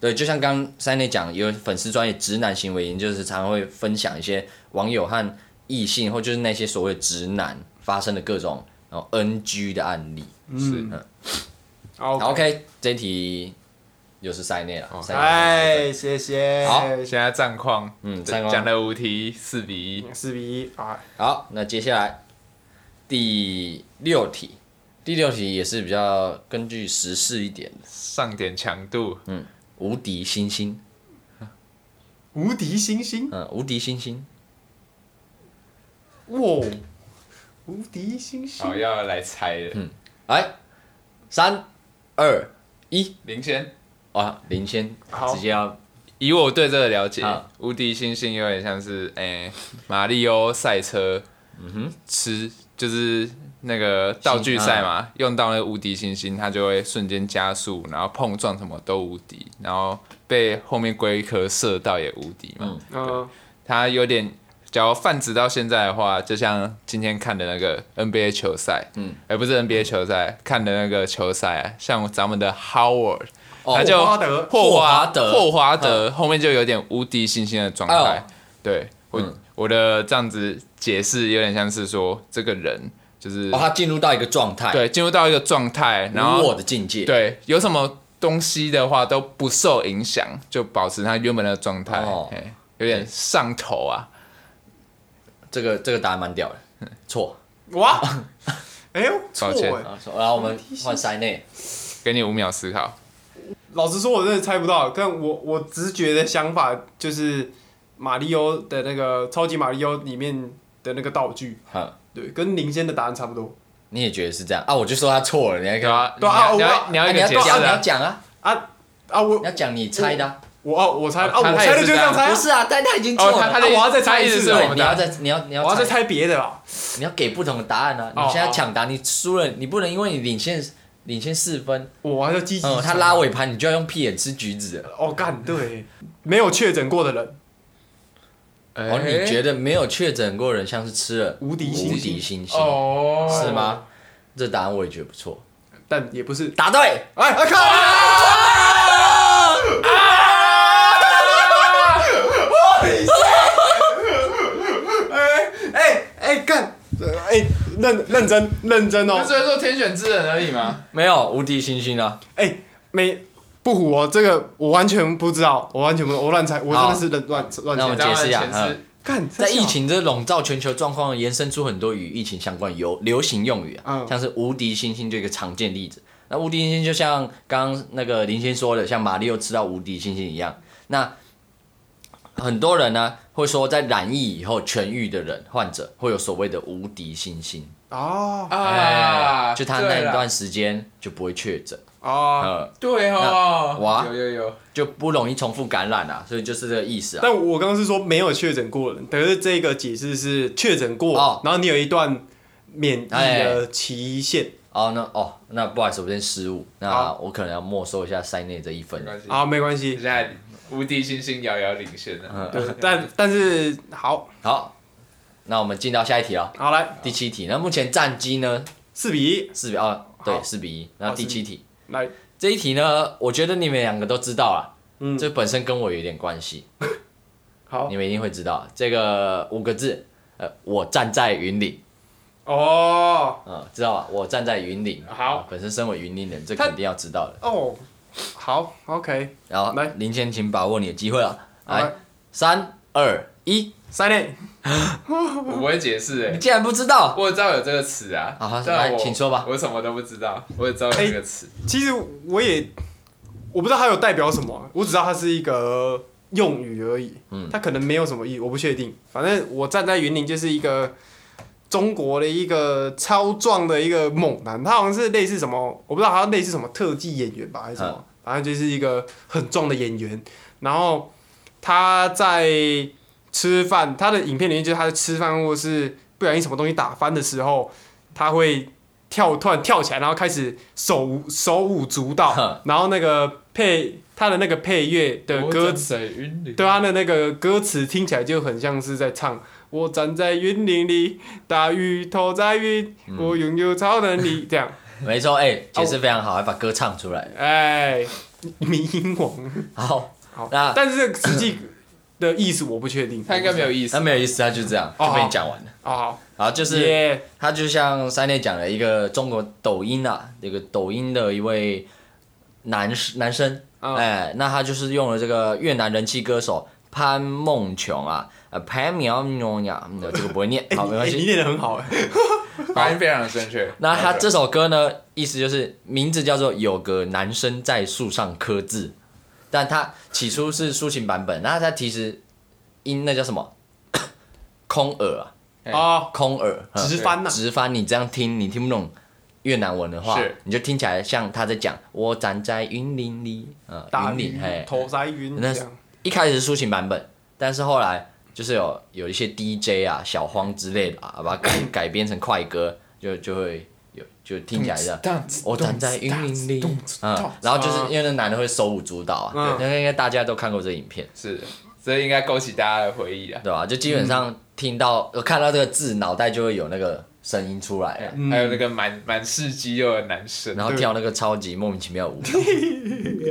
Speaker 2: 对，就像刚三内讲，有粉丝专业直男行为研究时，常常会分享一些网友和异性，或就是那些所谓直男发生的各种然后 NG 的案例。
Speaker 3: 是
Speaker 1: 好
Speaker 2: 好嗯 OK，这哦一题又是塞内了。塞内
Speaker 1: 哎，谢谢。
Speaker 2: 好
Speaker 3: 现在战况，
Speaker 2: 嗯战况
Speaker 3: 讲了五题四比一，
Speaker 1: 四比一啊，
Speaker 2: 好，那接下来第六题，第六题也是比较根据时事一点的，
Speaker 3: 上点强度，
Speaker 2: 嗯无敌星星，
Speaker 1: 无敌星星，
Speaker 2: 嗯，无敌星星，
Speaker 1: 哇，无敌星星
Speaker 3: 好，要来猜了，
Speaker 2: 嗯来，三二一，
Speaker 3: 领先。
Speaker 2: 啊，林先
Speaker 1: 好
Speaker 2: 直接要
Speaker 3: 以我对这个了解
Speaker 2: 好，
Speaker 3: 无敌星星有点像是诶、马里奥赛车，嗯哼，吃就是那个道具赛
Speaker 2: 啊
Speaker 3: 嘛，用到那个无敌星星，它就会瞬间加速，然后碰撞什么都无敌，然后被后面龟壳射到也无敌嘛。
Speaker 2: 嗯
Speaker 1: 嗯，
Speaker 3: 它有点，假如泛指到现在的话，就像今天看的那个 NBA 球赛，嗯，而不是 NBA 球赛看的那个球赛啊，像咱们的 Howard，、
Speaker 2: 哦
Speaker 3: 他就
Speaker 1: 霍华德
Speaker 3: 霍
Speaker 2: 霍华
Speaker 3: 华
Speaker 2: 德嗯
Speaker 3: 霍华德后面就有点无敌信心的状
Speaker 2: 哎呦
Speaker 3: 态。对我、
Speaker 2: 嗯
Speaker 3: 我的这样子解释有点像是说，这个人就是、
Speaker 2: 哦，他进入到一个状态，，
Speaker 3: 对进入到一个状态，然
Speaker 2: 无我
Speaker 3: 后
Speaker 2: 的境界，，
Speaker 3: 对有什么东西的话都不受影响，就保持他原本的状态、
Speaker 2: 哦
Speaker 3: 嘿有点上头啊。
Speaker 2: 这个这个答案蛮屌的，错。 [LAUGHS]
Speaker 1: 哇，哎呦，错
Speaker 3: 抱歉
Speaker 1: 哎，
Speaker 2: 啊然后我们换塞内，
Speaker 3: 给你五秒思考。
Speaker 1: 老实说，我真的猜不到。但我我直觉的想法就是，马里奥的那个超级马里奥里面的那个道具，
Speaker 2: 哈，
Speaker 1: 对，跟林先的答案差不多
Speaker 2: 你也觉得是这样啊？我就说他错了，你还
Speaker 3: 对啊，
Speaker 1: 对啊我
Speaker 3: 你要你要
Speaker 2: 啊
Speaker 3: 你要一
Speaker 2: 你
Speaker 3: 个
Speaker 2: 要
Speaker 3: 解释
Speaker 2: 讲，你要
Speaker 3: 啊。
Speaker 2: 讲啊，
Speaker 1: 啊。我
Speaker 2: 你要讲你猜的啊，
Speaker 1: 我哦，我猜
Speaker 3: 哦
Speaker 1: 哦，
Speaker 3: 他
Speaker 1: 我猜
Speaker 3: 他也
Speaker 1: 的
Speaker 3: 是
Speaker 1: 就是这样
Speaker 3: 这
Speaker 1: 猜
Speaker 3: 样
Speaker 1: 啊
Speaker 2: 不，是啊，但他已经
Speaker 3: 哦
Speaker 2: 错，了。
Speaker 3: 他
Speaker 1: 啊
Speaker 3: 的
Speaker 1: 我要再猜
Speaker 3: 一
Speaker 1: 一
Speaker 3: 直
Speaker 1: 次
Speaker 3: 是我们
Speaker 2: 你要
Speaker 3: 答，
Speaker 2: 再你要你
Speaker 1: 我
Speaker 2: 要
Speaker 1: 要再
Speaker 2: 猜，
Speaker 1: 猜别的啦。
Speaker 2: 你要给不同的答案啊！
Speaker 1: 哦
Speaker 2: 你现在抢答，你输了，你不能因为你领先领先四分，
Speaker 1: 我还要积极。
Speaker 2: 嗯，他拉尾盘，你就要用屁眼吃橘子了。
Speaker 1: 哦，干对，没有确诊过的人，
Speaker 2: 哦，你觉
Speaker 3: 得
Speaker 2: 得没有确诊过的人像是吃了
Speaker 1: 哎无敌星星
Speaker 2: 无敌星星
Speaker 1: 哦，
Speaker 2: 是？吗？这答案我也觉得不错，
Speaker 1: 但也不是。
Speaker 2: 答对。
Speaker 1: 哎，啊靠！啊哎哎哎，干！哎，认认真认真哦
Speaker 3: 那。只是说天选之人而已嘛。
Speaker 2: 没有无敌星星啊！
Speaker 1: 哎，没不唬我，这个我完全不知道，我完全不，我乱猜，我真
Speaker 2: 好
Speaker 1: 的是乱乱
Speaker 2: 那我
Speaker 1: 乱
Speaker 2: 们
Speaker 1: 猜。
Speaker 2: 解释一下
Speaker 3: 当然前
Speaker 2: 嗯
Speaker 1: 干，
Speaker 2: 在疫情这笼罩全球状况，延伸出很多与疫情相关有流行用语啊，
Speaker 1: 嗯
Speaker 2: 像是无敌星星就一个常见例子。那无敌星星就像刚刚那个林先说的，像马里奥吃到无敌星星一样。那很多人呢会说，在染疫以后痊愈的人患者会有所谓的无敌星星
Speaker 1: 哦
Speaker 3: 是
Speaker 2: 哎
Speaker 3: 啊，
Speaker 2: 就他那一段时间就不会确诊，
Speaker 1: 哦，
Speaker 2: 呃，
Speaker 3: 对哦，
Speaker 2: 那哇
Speaker 3: 有有有，
Speaker 2: 就不容易重复感染啊，所以就是这个意思啊。
Speaker 1: 但我刚刚是说没有确诊过的人，可是这个解释是确诊过，
Speaker 2: 哦哎
Speaker 1: 然后你有一段免疫的期限。
Speaker 2: 哦，那哦，那不好意思，我这边失误，那
Speaker 1: 好
Speaker 2: 我可能要没收一下塞内这一分
Speaker 3: 没。关系。
Speaker 1: 好，没关系
Speaker 3: 现。在无敌星星遥遥领先啊
Speaker 1: [LAUGHS]
Speaker 3: 了。
Speaker 1: 对，但但是好，
Speaker 2: 好，那我们进到下一题了，
Speaker 1: 好来
Speaker 2: 第七题。那目前战绩呢？
Speaker 1: 四比一，
Speaker 2: 四比二，对，
Speaker 1: 好
Speaker 2: 四比一。那
Speaker 1: 好
Speaker 2: 第七题，
Speaker 1: 来
Speaker 2: 这一题呢，我觉得你们两个都知道了，
Speaker 1: 嗯
Speaker 2: 这本身跟我有点关系，
Speaker 1: [LAUGHS] 好
Speaker 2: 你们一定会知道这个五个字，呃，我站在云里，
Speaker 1: 哦
Speaker 2: 嗯，知道吧？我站在云里，
Speaker 1: 好
Speaker 2: 啊本身身为云林人，这
Speaker 1: 他
Speaker 2: 肯定要知道的。
Speaker 1: 哦，好，OK，
Speaker 2: 然后
Speaker 1: 来，
Speaker 2: 林先请把握你的机会了，
Speaker 1: 好
Speaker 2: 来
Speaker 1: 来，，
Speaker 2: 三二一，
Speaker 1: 三内
Speaker 3: 我不会解释
Speaker 2: 你
Speaker 3: 哎，
Speaker 2: 竟然不知道，
Speaker 3: 我知道有这个词啊
Speaker 2: 好好，
Speaker 3: 但
Speaker 2: 来
Speaker 3: 我
Speaker 2: 请说吧
Speaker 3: 我什么都不知道，我也知道有这个词。
Speaker 1: 其实我也我不知道它有代表什么，我只知道它是一个用语而已。
Speaker 2: 嗯
Speaker 1: 它可能没有什么意义，我不确定。反正我站在云林就是一个中国的一个超壮的一个猛男，他好像是类似什么，我不知道他类似什么特技演员吧，还是什么，反正就是一个很壮的演员。然后他在吃饭，他的影片里面就是他在吃饭或是不小心什么东西打翻的时候，他会跳突然跳起来，然后开始手舞手舞足蹈
Speaker 2: [LAUGHS] 哼，
Speaker 1: 然后那个配他的那个配乐的歌词。
Speaker 3: 水云里，
Speaker 1: 对他的那个歌词听起来就很像是在唱“我站在云林里，大雨投在云，我拥有超能力”这样。
Speaker 2: 没错，
Speaker 1: 啊
Speaker 2: 哎、解释非常好，还把歌唱出来。
Speaker 1: 哎，迷音
Speaker 2: [LAUGHS]
Speaker 1: 王。
Speaker 2: 好，
Speaker 1: 好，
Speaker 2: 那
Speaker 1: 但是这个实际的意思我不
Speaker 2: [LAUGHS]
Speaker 1: 确定。
Speaker 3: 他应该没有意
Speaker 2: 那
Speaker 3: 思。
Speaker 2: 没有意思，他就这样
Speaker 1: 哦
Speaker 2: 就被你讲完了。
Speaker 1: 哦，好，
Speaker 2: 然后就
Speaker 1: 就是
Speaker 2: 他就像三内讲的一个中国抖音啊，这个抖音的一位男士男生，哎、
Speaker 1: 嗯
Speaker 2: 那他就是用了这个越南人气歌手潘梦琼啊，呃潘苗苗呀，嗯这个不会念，好没
Speaker 1: [LAUGHS]
Speaker 2: 关
Speaker 1: 你
Speaker 2: 系。
Speaker 1: 念的很好哎。
Speaker 3: 发音非常的正确。
Speaker 2: 那他这首歌呢，意思就是名字叫做《有个男生在树上刻字》，但他起初是抒情版本，那他其实音那叫什么？ [COUGHS] 空耳啊，
Speaker 3: 哎
Speaker 1: 哦，
Speaker 2: 空耳，嗯
Speaker 1: 直翻呐。
Speaker 2: 直翻。你这样听，你听不懂越南文的话
Speaker 3: 是，
Speaker 2: 你就听起来像他在讲“我站在云林里”，呃，
Speaker 1: 大
Speaker 2: 云
Speaker 1: 雨
Speaker 2: 林，嘿，
Speaker 1: 投在云这
Speaker 2: 那
Speaker 1: 样。
Speaker 2: 一开始是抒情版本，但是后来就是有有一些 DJ 啊、小荒之类的啊，把它改改编成快歌，就就会有就听起来这样。我站在云林里，嗯，然后就是因为那男的会手舞足蹈啊
Speaker 1: 嗯，
Speaker 2: 那、应该大家都看过这影片，
Speaker 3: 是，这应该勾起大家的回忆啊。
Speaker 2: 对吧、就基本上听到、呃看到这个字，脑袋就会有那个声音出来了，
Speaker 1: 嗯
Speaker 3: 还有那个满满是肌肉的男生，
Speaker 2: 然后跳那个超级莫名其妙的舞蹈。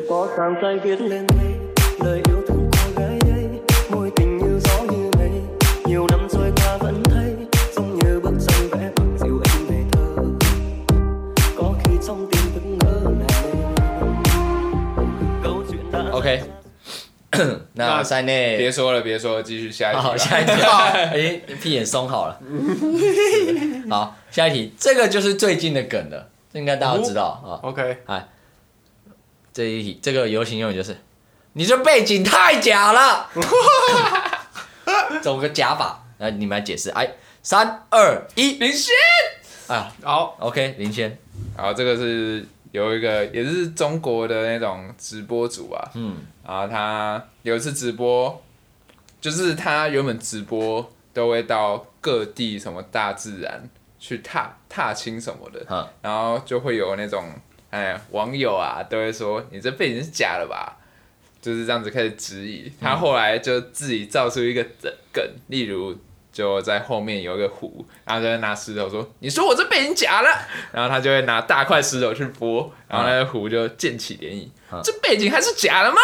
Speaker 4: có dáng tay viết lên mây lời yêu thương cô gái ấy môi tình như gió như mây nhiều năm trôi qua vẫn thấy giống như bức tranh vẽ bằng dịu êm về thơ có khi trong tim vẫn ngỡ ngàng câu chuyện đã
Speaker 2: OK，那
Speaker 1: 那
Speaker 2: 塞
Speaker 3: 别
Speaker 2: 内，
Speaker 3: 说了，别说了，继续下一题
Speaker 2: 好，
Speaker 3: 吧。
Speaker 2: 下一题，哎，屁眼松好了。 [LAUGHS] 好，下一题，这个就是最近的梗了，这应该大家都知道啊。
Speaker 1: OK，
Speaker 2: 这一题，这个流行用语就是，你这背景太假了， [LAUGHS] 走个假法，来你们来解释，哎，三二一，
Speaker 3: 林轩，
Speaker 2: 啊
Speaker 1: 好，
Speaker 2: ，OK，林先，
Speaker 3: 然后这个是有一个也是中国的那种直播主吧，嗯，然后他有一次直播，就是他原本直播都会到各地什么大自然去踏踏青什么的，
Speaker 2: 嗯
Speaker 3: 然后就会有那种哎网友啊都会说你这背景是假的吧，就是这样子开始质疑。他后来就自己造出一个梗，例如就在后面有一个湖，然后就会拿石头说：“你说我这背景假了。”然后他就会拿大块石头去拨，然后那个湖就溅起涟漪。这背景还是假的吗？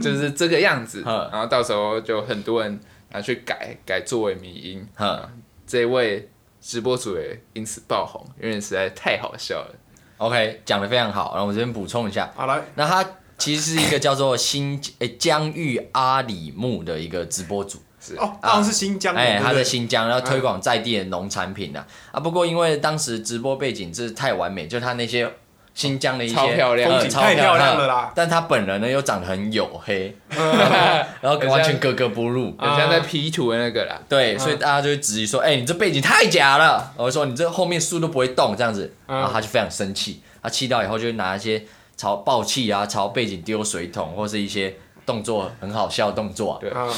Speaker 3: 就是这个样子。
Speaker 2: 嗯
Speaker 3: 然后到时候就很多人拿去改改作为迷因。
Speaker 2: 哼
Speaker 3: 这位直播主也因此爆红，因为实在太好笑了。
Speaker 2: ，OK，讲的非常好。然后我这边补充一下，
Speaker 1: 好来，
Speaker 2: 那他其实是一个叫做新诶疆域阿里木的一个直播主，
Speaker 1: 哦，好像是新疆的，
Speaker 2: 哎，
Speaker 1: 对不
Speaker 2: 他在
Speaker 1: 对
Speaker 2: 新疆，然后推广在地的农产品啊啊。不过因为当时直播背景真是太完美，就他那些新疆的一些
Speaker 3: 超漂亮
Speaker 2: 呃
Speaker 3: 风景
Speaker 2: 超
Speaker 1: 太漂亮
Speaker 2: 亮
Speaker 1: 了啦
Speaker 2: 但他本人呢又长得很黝黑， [LAUGHS] 然后完全格格不入。
Speaker 1: 啊
Speaker 3: 很像在 P 图的那个啦，
Speaker 2: 对，所以大家就会质疑说：“哎、你这背景太假了！”我就说：“你这后面树都不会动，这样子。”
Speaker 1: 啊
Speaker 2: 然后他就非常生气，他气到以后就拿一些朝爆气啊，朝背景丢水桶，或是一些动作很好笑的动作、啊，
Speaker 3: 对
Speaker 1: 啊，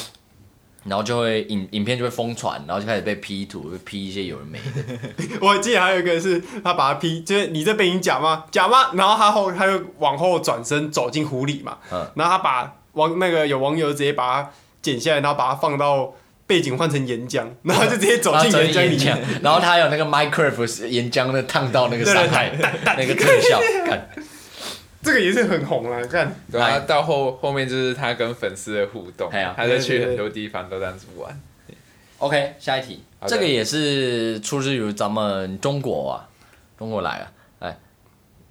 Speaker 2: 然后就会影影片就会疯传，然后就开始被 P 图，被 P 一些有人没的。
Speaker 1: 我记得还有一个是他把他劈，就是你这背影假吗？假吗？然后他后他就往后转身走进湖里嘛，
Speaker 2: 嗯
Speaker 1: 然后他把网那个有网友直接把它剪下来，然后把它放到背景换成岩浆，然后就直接走进岩浆里
Speaker 2: 然后
Speaker 1: 面。
Speaker 2: 走进岩浆然嗯后他有那个 Minecraft 岩浆的烫到那个伤害，那个
Speaker 1: [LAUGHS]
Speaker 2: 特效，干
Speaker 1: 这个也是很红啦，看
Speaker 3: 对啊，
Speaker 2: 哎
Speaker 3: 到后后面就是他跟粉丝的互动，
Speaker 2: 哎呀
Speaker 3: 他就去很多地方都这样子玩。
Speaker 2: OK，下一题，
Speaker 3: 好的
Speaker 2: 这个也是出自于咱们中国啊，中国来啊，哎，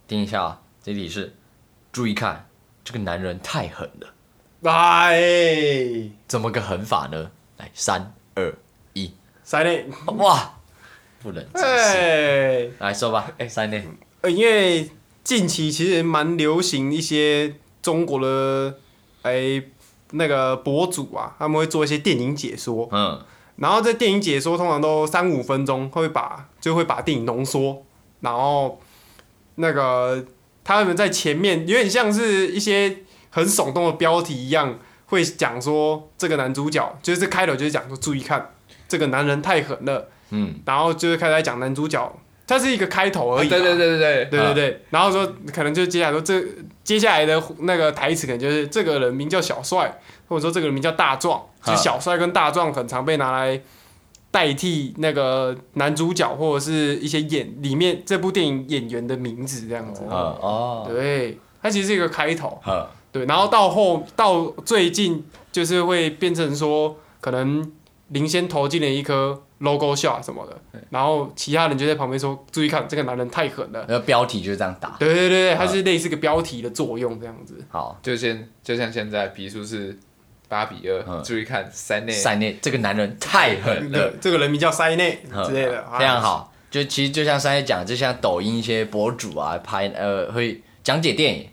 Speaker 2: 听一下啊，这题是，注意看，这个男人太狠了，
Speaker 1: 哎，
Speaker 2: 怎么个狠法呢？来，三二一，
Speaker 1: 三类，
Speaker 2: 哇，不能直视，
Speaker 1: 哎，
Speaker 2: 来说吧，哎，三内，
Speaker 1: 呃因为近期其实蛮流行一些中国的哎那个博主啊，他们会做一些电影解说，
Speaker 2: 嗯，
Speaker 1: 然后这电影解说通常都三五分钟，会把就会把电影浓缩，然后那个他们在前面有点像是一些很耸动的标题一样，会讲说这个男主角就是开头就是讲说注意看，这个男人太狠了，
Speaker 2: 嗯，
Speaker 1: 然后就是开始在讲男主角，他是一个开头而已、
Speaker 3: 啊哦对对。对对对，
Speaker 1: 对对对，然后说可能就接下来说这接下来的那个台词可能就是这个人名叫小帅，或者说这个人名叫大壮，就
Speaker 2: 啊
Speaker 1: 是小帅跟大壮很常被拿来代替那个男主角或者是一些演里面这部电影演员的名字这样子。
Speaker 2: 呃，哦，嗯
Speaker 1: 对，它其实是一个开头。
Speaker 2: 呵，
Speaker 1: 对，然后到后到最近就是会变成说，可能林先投进了一颗 logo shot 什么的，然后其他人就在旁边说：“注意看，这个男人太狠了。”
Speaker 2: 那个标题就是这样打，
Speaker 1: [LAUGHS] 对对对，对它是类似个标题的作用这样子。
Speaker 2: 好，
Speaker 3: 就先就像现在比数是八比二，
Speaker 2: 嗯
Speaker 3: 注意看三内
Speaker 2: 三内，这个男人太狠了
Speaker 1: 对。，这个人名叫塞内
Speaker 2: 嗯
Speaker 1: 之类的，
Speaker 2: [LAUGHS] 非常
Speaker 1: 啊。
Speaker 2: 好。就其实就像上一讲，就像抖音一些博主啊拍呃会讲解电影，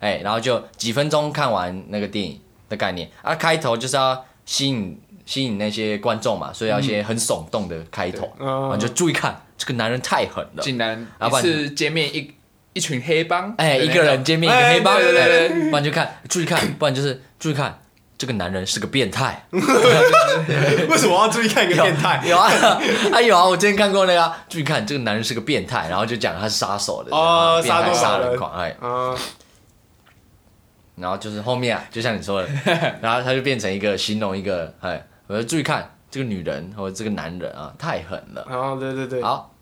Speaker 2: 哎，然后就几分钟看完那个电影的概念啊，开头就是要吸引吸引那些观众嘛，所以要一些很耸动的开头，
Speaker 1: 嗯
Speaker 2: 然后就注意看这个男人太狠了，
Speaker 3: 竟然
Speaker 2: 老
Speaker 3: 一
Speaker 2: 板
Speaker 3: 次见面一一群黑帮，
Speaker 2: 哎，一个人见面一个
Speaker 1: 哎
Speaker 2: 黑帮，
Speaker 1: 对对对
Speaker 2: 哎不然就看注意看，不然就是注意看这个男人是个变态，
Speaker 1: [LAUGHS] 为什么要注意看一个 [LAUGHS] 变
Speaker 2: [LAUGHS]
Speaker 1: 态？
Speaker 2: 有啊，啊有啊，我之前看过那个啊，注意看这个男人是个变态，然后就讲他是杀手的
Speaker 1: 哦
Speaker 2: 变态
Speaker 1: 杀手
Speaker 2: 杀
Speaker 1: 人
Speaker 2: 人狂，哎，
Speaker 1: 啊，
Speaker 2: 然后就是后面啊，就像你
Speaker 3: [LAUGHS]
Speaker 2: 说的，然后他就变成一个形容一个，哎，我说注意看这个女人或者这个男人啊，太狠了。
Speaker 1: 然后对对对，
Speaker 2: 好，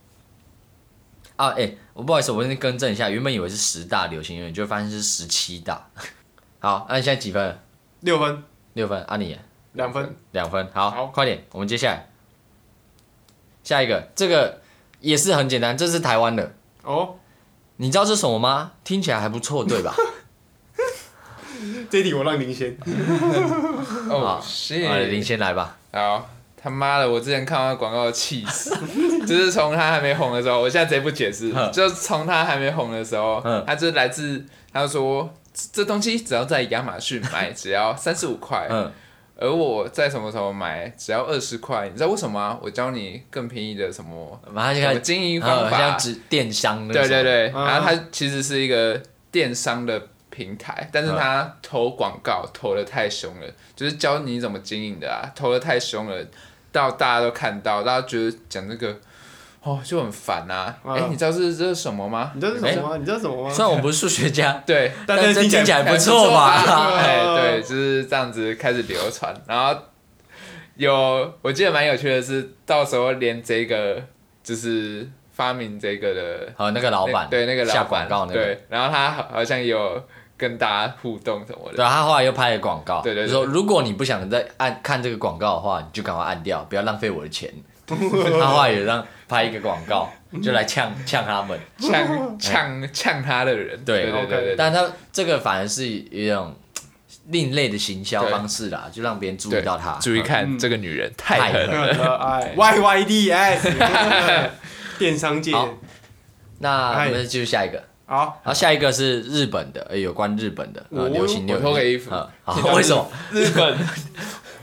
Speaker 2: 啊，哎、我不好意思，我先更正一下，原本以为是十大流行音乐，就发现是十七大。 [LAUGHS] 好，那、你现在几分？
Speaker 1: 六分
Speaker 2: 六分，啊你
Speaker 1: 两分，
Speaker 2: 两分，好，
Speaker 1: 好
Speaker 2: 快点，我们接下来下一个，这个也是很简单，这是台湾的，
Speaker 1: 哦，
Speaker 2: 你知道这是什么吗？听起来还不错，对
Speaker 3: [LAUGHS]
Speaker 2: 吧？
Speaker 1: 这一题我让您先。
Speaker 3: 哦，
Speaker 2: 啊，林
Speaker 3: 是，
Speaker 2: 先来吧。
Speaker 3: 好。他妈的！我之前看到广告气死，就是从他还没红的时候，我现在直接不解释，
Speaker 2: 嗯
Speaker 3: 就是从他还没红的时候
Speaker 2: 嗯，
Speaker 3: 他就是来自他就说这这东西只要在亚马逊买，只要三十五块，
Speaker 2: 嗯，
Speaker 3: 而我在什么时候买，只要二十块，你知道为什么吗？我教你更便宜的什么
Speaker 2: 马上就
Speaker 3: 什
Speaker 2: 开
Speaker 3: 么
Speaker 2: 始
Speaker 3: 经营
Speaker 2: 呃
Speaker 3: 方法，
Speaker 2: 像指电商的，啊
Speaker 3: 对对，对，
Speaker 1: 嗯
Speaker 3: 然后它其实是一个电商的平台，但是
Speaker 2: 啊
Speaker 3: 它投广告投的太凶了，就是教你怎么经营的啊，投的太凶了，到大家都看到，大家觉得讲这个，哦就很烦啊。哎、
Speaker 1: 嗯
Speaker 3: 你知道这这是什么吗？
Speaker 1: 你知道是什么吗？你知道是什
Speaker 3: [LAUGHS]
Speaker 1: 么吗？
Speaker 2: 虽然我不是数学 [LAUGHS] 家，
Speaker 3: 对，
Speaker 1: 但
Speaker 2: 哎但
Speaker 1: 是
Speaker 2: 这听起来
Speaker 1: 来
Speaker 2: 不错吧？ [LAUGHS]
Speaker 1: 啊
Speaker 3: 哎，对，就是这样子开始流传，然后有我记得蛮有趣的是，到时候连这个就是发明这个的
Speaker 2: 还有哦那个老板，
Speaker 3: 那对那个老
Speaker 2: 下广
Speaker 3: 板
Speaker 2: 告那个，
Speaker 3: 对，然后他好好像也有跟大家互动什么的，
Speaker 2: 对，他后来又拍了广告，
Speaker 3: 对对对
Speaker 2: 就说如果你不想再按看这个广告的话，你就赶快按掉，不要浪费我的
Speaker 3: [LAUGHS]
Speaker 2: 钱。他后来也让拍一个广告，
Speaker 3: 嗯
Speaker 2: 就来呛呛他们，
Speaker 1: [LAUGHS]
Speaker 3: 呛呛呛他的人，
Speaker 2: 对
Speaker 3: 对对
Speaker 1: OK
Speaker 3: 对对
Speaker 2: 但他这个反而是一种另类的行销方式啦，就让别人注意
Speaker 3: 对，
Speaker 2: 到他。
Speaker 3: 注意看
Speaker 1: 嗯
Speaker 3: 这个女人太狠
Speaker 1: [LAUGHS]
Speaker 3: 了，
Speaker 1: 很可爱，Y Y D S，真
Speaker 2: [LAUGHS]
Speaker 1: 的电商界
Speaker 2: 好那我
Speaker 1: 哎
Speaker 2: 们继续下一个，
Speaker 1: 好，
Speaker 2: 然后下一个是日本的，呃有关日本的呃
Speaker 1: 我
Speaker 2: 流行
Speaker 3: 我
Speaker 2: 流
Speaker 3: 脱
Speaker 2: 行
Speaker 3: 个衣服，
Speaker 2: 啊，好，为什
Speaker 3: [LAUGHS]
Speaker 2: 么
Speaker 3: 日本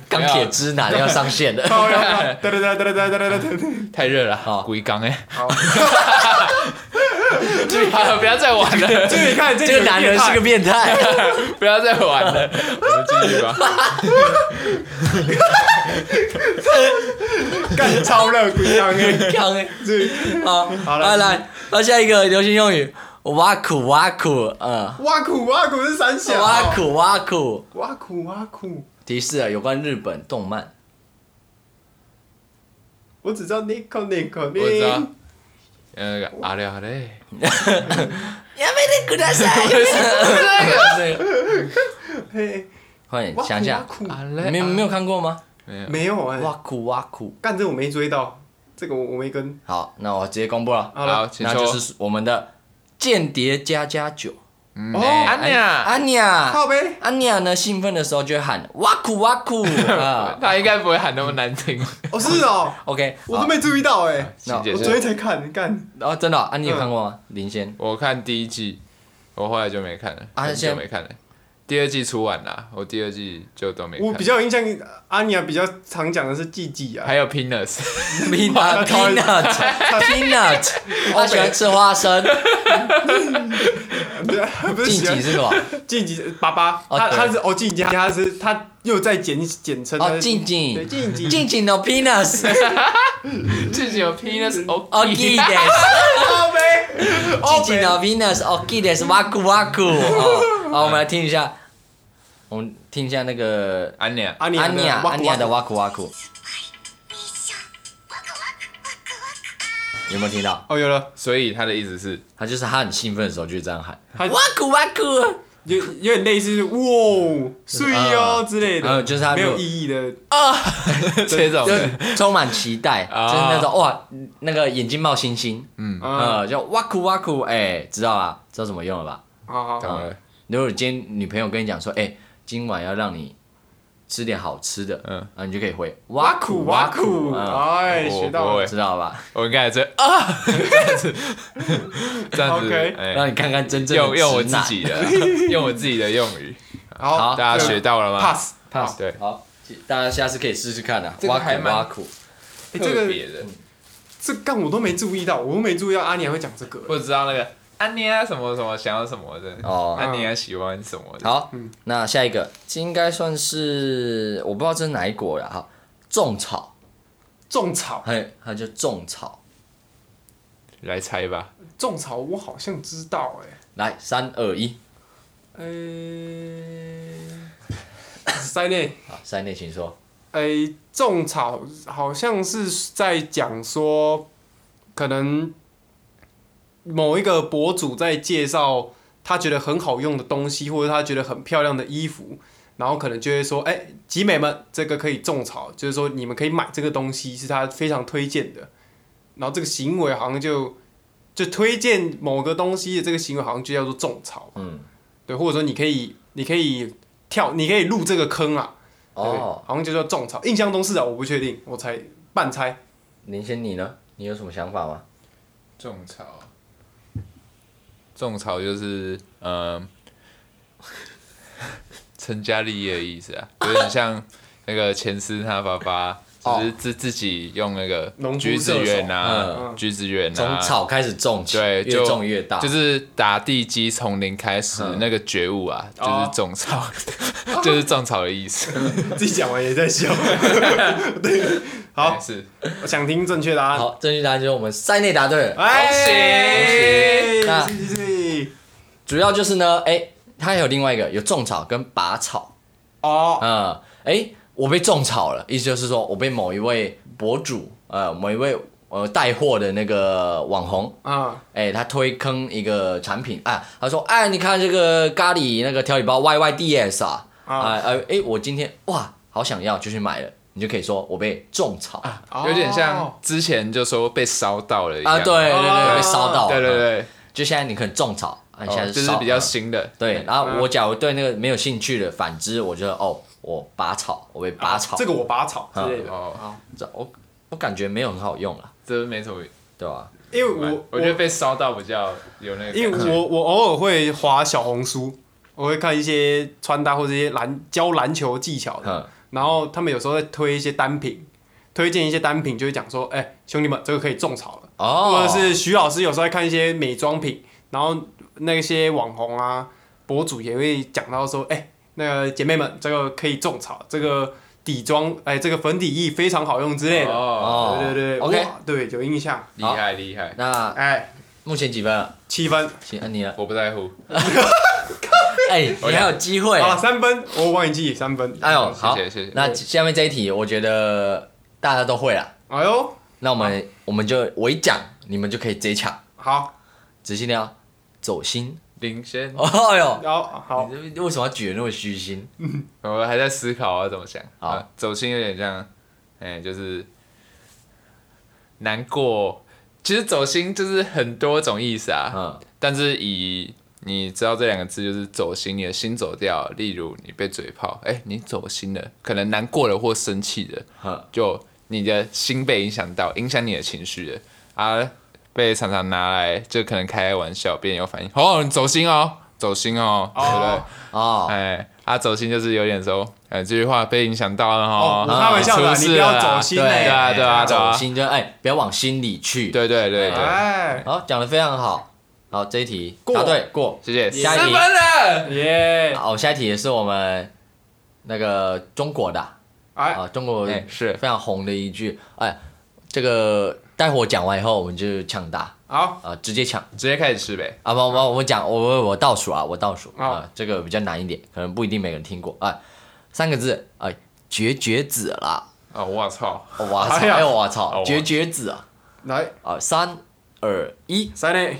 Speaker 2: 钢铁直男要上线
Speaker 3: [LAUGHS]
Speaker 2: 了？
Speaker 1: 漂
Speaker 2: [LAUGHS]
Speaker 1: 亮，哒哒哒哒哒哒哒哒哒，
Speaker 3: 太热
Speaker 2: 好
Speaker 3: 了，鬼刚哎，
Speaker 1: 好，
Speaker 2: [LAUGHS]
Speaker 3: 好了，不要再玩了，
Speaker 1: [LAUGHS] 这你看这
Speaker 2: 这个
Speaker 1: 有
Speaker 2: 男
Speaker 1: 变
Speaker 2: 人是
Speaker 1: 态
Speaker 2: 个变态，
Speaker 3: [LAUGHS] 不要再玩了，我们继续吧。
Speaker 1: 干超热鬼样哎，
Speaker 2: [LAUGHS] 刚欸
Speaker 1: 这
Speaker 2: 好，
Speaker 1: 好来
Speaker 2: 来来，那下一个流行用语，挖苦挖苦，嗯，
Speaker 1: 挖苦挖苦是三小，
Speaker 2: 挖苦挖苦，
Speaker 1: 挖苦挖苦，
Speaker 2: 提示啊，有关日本动 [LAUGHS] 漫，
Speaker 1: 我只知道 Nico Nico
Speaker 3: 我知道
Speaker 1: Nico，。
Speaker 3: 呃，那个阿廖阿嘞，
Speaker 1: 嘿，
Speaker 2: 快点想一
Speaker 1: 挖
Speaker 2: 下，
Speaker 1: 苦
Speaker 3: 阿
Speaker 2: 你
Speaker 3: 嘞，
Speaker 2: 们没有看过吗？
Speaker 3: 没有
Speaker 1: 没有哎，
Speaker 2: 挖苦挖苦，
Speaker 1: 干这我没追到，这个我我没跟，
Speaker 2: 好，那我直接公布了，
Speaker 1: 好
Speaker 3: 好，
Speaker 1: 了，
Speaker 3: 请
Speaker 2: 那
Speaker 3: 说。
Speaker 2: 就是我们的间谍加加九，
Speaker 3: 嗯
Speaker 1: 哦
Speaker 3: 安
Speaker 2: 安
Speaker 3: 雅，
Speaker 2: 安雅，
Speaker 1: 靠呗，
Speaker 2: 安雅啊呢兴奋的时候就会喊挖苦挖苦 [LAUGHS] 啊
Speaker 3: 他应该不会喊那么难听。
Speaker 1: 哦是哦，
Speaker 2: ，OK，
Speaker 1: 我
Speaker 2: [LAUGHS] 好
Speaker 1: 都没注意到哎，
Speaker 2: 那
Speaker 3: [LAUGHS] 请解
Speaker 1: 我
Speaker 3: 释
Speaker 1: 昨天才看，干
Speaker 2: 哦，真的哦，安妮有看过吗？林先，
Speaker 3: 我看第一季，我后来就没看了，
Speaker 2: 啊
Speaker 3: 很
Speaker 2: 现
Speaker 3: 久
Speaker 2: 在
Speaker 3: 没看了。第二季出完了，我第二季就都没看。
Speaker 1: 我比较印象，阿尼亚比较常讲的是季季啊
Speaker 3: 还，有 Penis， [LAUGHS]
Speaker 2: peanut peanut peanut，他喜欢吃花生。
Speaker 1: [LAUGHS] [LAUGHS] 不是
Speaker 2: 晋
Speaker 1: 喜欢
Speaker 2: 级是
Speaker 1: [LAUGHS]
Speaker 2: 什么？
Speaker 1: 晋级爸爸，
Speaker 2: 哦
Speaker 1: 他
Speaker 2: 对
Speaker 1: 他是哦晋级，他是他又在简简称
Speaker 2: 哦，晋
Speaker 1: 对
Speaker 2: 级，
Speaker 1: 晋级
Speaker 2: 晋级的
Speaker 1: [LAUGHS]
Speaker 2: peanuts，
Speaker 3: 自己有 Penis
Speaker 2: 哦
Speaker 3: OK，
Speaker 2: 记得，晋
Speaker 1: 靠
Speaker 2: [LAUGHS]
Speaker 1: 呗，
Speaker 2: 级的 peanuts，哦记得是哇酷哇酷。哦好，我们来听一下，我们听一下那个
Speaker 3: 安雅，
Speaker 1: 阿尼亚
Speaker 2: 安妮亚
Speaker 1: 的哇
Speaker 2: 安妮亚的
Speaker 1: 哇
Speaker 2: 哇酷哇酷，有没有听到？
Speaker 1: 哦有了，
Speaker 3: 所以他的意思
Speaker 1: [LAUGHS]
Speaker 3: 是，
Speaker 2: 他就是他很兴奋的时候就这样喊
Speaker 1: 他
Speaker 2: 哇酷哇酷，
Speaker 1: 有有点类似是哇睡哦之类
Speaker 2: 呃
Speaker 1: 的，
Speaker 2: 就是他
Speaker 1: 没有
Speaker 2: 如果
Speaker 1: 意义的，
Speaker 3: 这种的
Speaker 2: 就充满期待，就
Speaker 3: 啊
Speaker 2: 是那种哇那个眼睛冒星星，
Speaker 1: 啊
Speaker 3: 嗯
Speaker 2: 呃，叫哇酷哇酷，哎，知道啦，知道怎么用了吧？
Speaker 1: 好好
Speaker 3: 懂了，
Speaker 2: 如果今天女朋友跟你讲说，哎、今晚要让你吃点好吃的，嗯，啊，你就可以回
Speaker 1: 哇苦哇苦，
Speaker 2: 嗯
Speaker 1: 哎
Speaker 3: 我
Speaker 1: 学
Speaker 3: 不
Speaker 1: 到
Speaker 3: 会
Speaker 1: 了，
Speaker 2: 知道吧？
Speaker 3: 我应该也这啊， [LAUGHS] 这样子，这
Speaker 1: OK
Speaker 3: 样子，哎，
Speaker 2: 让你看看真正的
Speaker 3: 用用我
Speaker 2: 直
Speaker 3: 自
Speaker 2: 男
Speaker 3: 己的，用我自己的用语，
Speaker 1: 好
Speaker 2: 好
Speaker 3: 大家学到了吗？
Speaker 1: pass，
Speaker 2: pass
Speaker 3: 对
Speaker 2: 好，大家下次可以试试看啊，
Speaker 3: 这个
Speaker 2: 挖
Speaker 3: 还
Speaker 2: 苦
Speaker 3: 蛮
Speaker 2: 挖苦，
Speaker 1: 哎这
Speaker 3: 特
Speaker 1: 个
Speaker 3: 别的，
Speaker 1: 这干我都没注意到，我都没注意到阿尼亚会讲这个，
Speaker 3: 不知道那个安雅什么什么想要什么的，
Speaker 2: 哦
Speaker 3: 安雅喜欢什么的，
Speaker 2: 好，那下一个这应该算是我不知道这是哪一国了哈，种草，
Speaker 1: 种草
Speaker 2: 嘿，它叫种草，
Speaker 3: 来猜吧，
Speaker 1: 种草我好像知道哎，
Speaker 2: 来三二一，
Speaker 1: 呃， [LAUGHS] 塞内。
Speaker 2: 好，三内请说，
Speaker 1: 诶、种草好像是在讲说，可能某一个博主在介绍他觉得很好用的东西，或者他觉得很漂亮的衣服，然后可能就会说，哎、集美们，这个可以种草，就是说你们可以买这个东西，是他非常推荐的。然后这个行为好像就就推荐某个东西的这个行为，好像就叫做种草，
Speaker 2: 嗯，
Speaker 1: 对，或者说你可以你可以跳，你可以入这个坑啊。对
Speaker 2: 哦，，
Speaker 1: 好像就叫种草，印象中是啊，我不确定，我猜半猜， [LAUGHS]
Speaker 2: 林先你呢？你有什么想法吗？
Speaker 3: 种草，种草就是呃 [LAUGHS] 嗯，成家立业的意思啊，有点像，那个前司他爸
Speaker 2: [LAUGHS]
Speaker 3: 爸
Speaker 2: 哦
Speaker 3: 就是自自己用那个
Speaker 1: 农夫
Speaker 3: 橘子园
Speaker 2: 射
Speaker 1: 手
Speaker 3: 啊
Speaker 1: 嗯，
Speaker 3: 橘子园
Speaker 2: 从
Speaker 3: 啊，
Speaker 2: 草开始种起，越
Speaker 3: 对，就
Speaker 2: 种越大，嗯
Speaker 3: 就是打地基从零开始，那个觉悟啊，
Speaker 2: 哦
Speaker 3: 就是种草， [LAUGHS] 就是种草的意思。
Speaker 1: 自己讲完也在笑。 [LAUGHS] 对，
Speaker 2: 哦
Speaker 1: 好
Speaker 3: 对，是
Speaker 1: 我想听正确答案。
Speaker 2: 好，正确答案就是我们塞内答对了。
Speaker 1: 哎，恭
Speaker 2: 恭
Speaker 1: 喜恭喜！
Speaker 2: 主要就是呢，哎、它还有另外一个有种草跟拔草，
Speaker 1: 哦，
Speaker 2: 嗯，哎、我被种草了，意思就是说我被某一位博主，呃，某一位呃带货的那个网红，
Speaker 1: 啊，
Speaker 2: 哎、他推坑一个产品啊，他说，哎，你看这个咖喱那个调理包 YYDS 啊，
Speaker 1: 啊
Speaker 2: 啊，呃，哎、我今天哇，好想要，就去买了，你就可以说我被种草啊，
Speaker 3: 有点
Speaker 1: 哦
Speaker 3: 像之前就说被烧到了一样。
Speaker 2: 对啊对哦对，
Speaker 1: 哦
Speaker 2: 被烧到，
Speaker 3: 啊
Speaker 2: 嗯
Speaker 3: 对对，对，
Speaker 2: 就现在你可能种草，啊，你现在
Speaker 3: 哦就是
Speaker 2: 烧
Speaker 3: 比较嗯
Speaker 2: 嗯
Speaker 3: 新的。
Speaker 2: 对，然后我假如对那个没有兴趣的，反之我觉得哦，我拔草，我被拔
Speaker 3: 啊
Speaker 2: 草，
Speaker 1: 这个我拔草之类的，
Speaker 3: 哦，
Speaker 2: 这我我感觉没有很好用了，
Speaker 3: 这没什么。
Speaker 2: 对吧？
Speaker 1: 因为我
Speaker 3: 我觉得被烧到比较有那个感觉。
Speaker 1: 因为我我偶尔会滑小红书，我会看一些穿搭或者一些篮教篮球技
Speaker 3: 哦
Speaker 1: 巧的，
Speaker 2: 嗯，
Speaker 1: 然后他们有时候在推一些单品，推荐一些单品，就会讲说，哎、兄弟们，这个可以种草了。
Speaker 2: 哦，
Speaker 1: 或者是徐老师有时候在看一些美妆品，然后那些网红啊博主也会讲到说，哎、那个姐妹们，这个可以种草，这个底妆，哎、这个粉底液非常好用之类的。
Speaker 3: 哦，
Speaker 2: 哦，
Speaker 1: 对对对
Speaker 2: ，OK，
Speaker 1: 哇对有印象。
Speaker 3: 厉害厉害，
Speaker 2: 那
Speaker 1: 哎、
Speaker 2: 目前几分了？
Speaker 1: 七分，
Speaker 2: 行，按你
Speaker 3: [LAUGHS]
Speaker 2: 了。
Speaker 3: 我不在乎。
Speaker 2: 哎，你还有机会
Speaker 1: 好。了，三分，我帮你记三分。
Speaker 2: 哎呦，好
Speaker 3: 谢谢谢谢，
Speaker 2: 那下面这一题我觉得大家都会了，
Speaker 1: 哎呦，
Speaker 2: 那我们我们就我一讲，你们就可以直接抢，
Speaker 1: 好，
Speaker 2: 仔细听啊，走心。
Speaker 3: 领先，
Speaker 2: 哦哟，
Speaker 1: 然后好，
Speaker 2: 你这为什么要举得那么虚心？
Speaker 3: 我还在思考我要怎么想。
Speaker 2: 好
Speaker 3: 啊，走心有点像，哎，就是难过。其实走心就是很多种意思啊，
Speaker 2: 嗯，
Speaker 3: 但是以你知道这两个字就是走心，你的心走掉了，例如你被嘴炮，哎、你走心了，可能难过了或生气了，
Speaker 2: 好，
Speaker 3: 就你的心被影响到，影响你的情绪了啊，被常常拿来就可能开玩笑，别人有反应，哦，你走心哦，走心哦，对不对？
Speaker 2: 哦，
Speaker 3: 哎，啊，走心就是有点说，哎，这句话被影响到了
Speaker 1: 哦，
Speaker 3: 哦，
Speaker 1: 我开玩笑的，
Speaker 3: 出
Speaker 1: 你
Speaker 3: 事
Speaker 1: 不要
Speaker 3: 了
Speaker 1: 走心
Speaker 2: 对
Speaker 1: 嘞。
Speaker 3: 对啊对啊对啊
Speaker 2: 走心就哎，不要往心里去。，
Speaker 3: 对对对对，
Speaker 1: 哎，
Speaker 2: 好，讲的非常好。好，这一题
Speaker 1: 过
Speaker 2: 答对过。
Speaker 3: 谢谢，
Speaker 2: 下一
Speaker 3: 三
Speaker 2: 题
Speaker 3: 分了，
Speaker 1: 耶，
Speaker 2: 好，下一题也是我们那个中国的
Speaker 1: 哎，
Speaker 2: 啊，中国
Speaker 3: 哎是
Speaker 2: 非常红的一句哎，这个待会我讲完以后我们就抢答
Speaker 1: 好，
Speaker 2: 啊，直接抢
Speaker 3: 直接开始吃呗，
Speaker 2: 啊！不不，我讲我我我倒数啊，我倒数
Speaker 1: 好
Speaker 2: 啊，这个比较难一点，可能不一定每个人听过啊。三个字啊，绝绝子啦！
Speaker 3: 哦，我操，
Speaker 2: 哦哇操！
Speaker 1: 哎呀
Speaker 2: 哎呦我
Speaker 3: 哦
Speaker 2: 操！
Speaker 3: 哇
Speaker 2: 绝绝子啊！
Speaker 1: 来，
Speaker 2: 啊，三二一，
Speaker 1: 三内，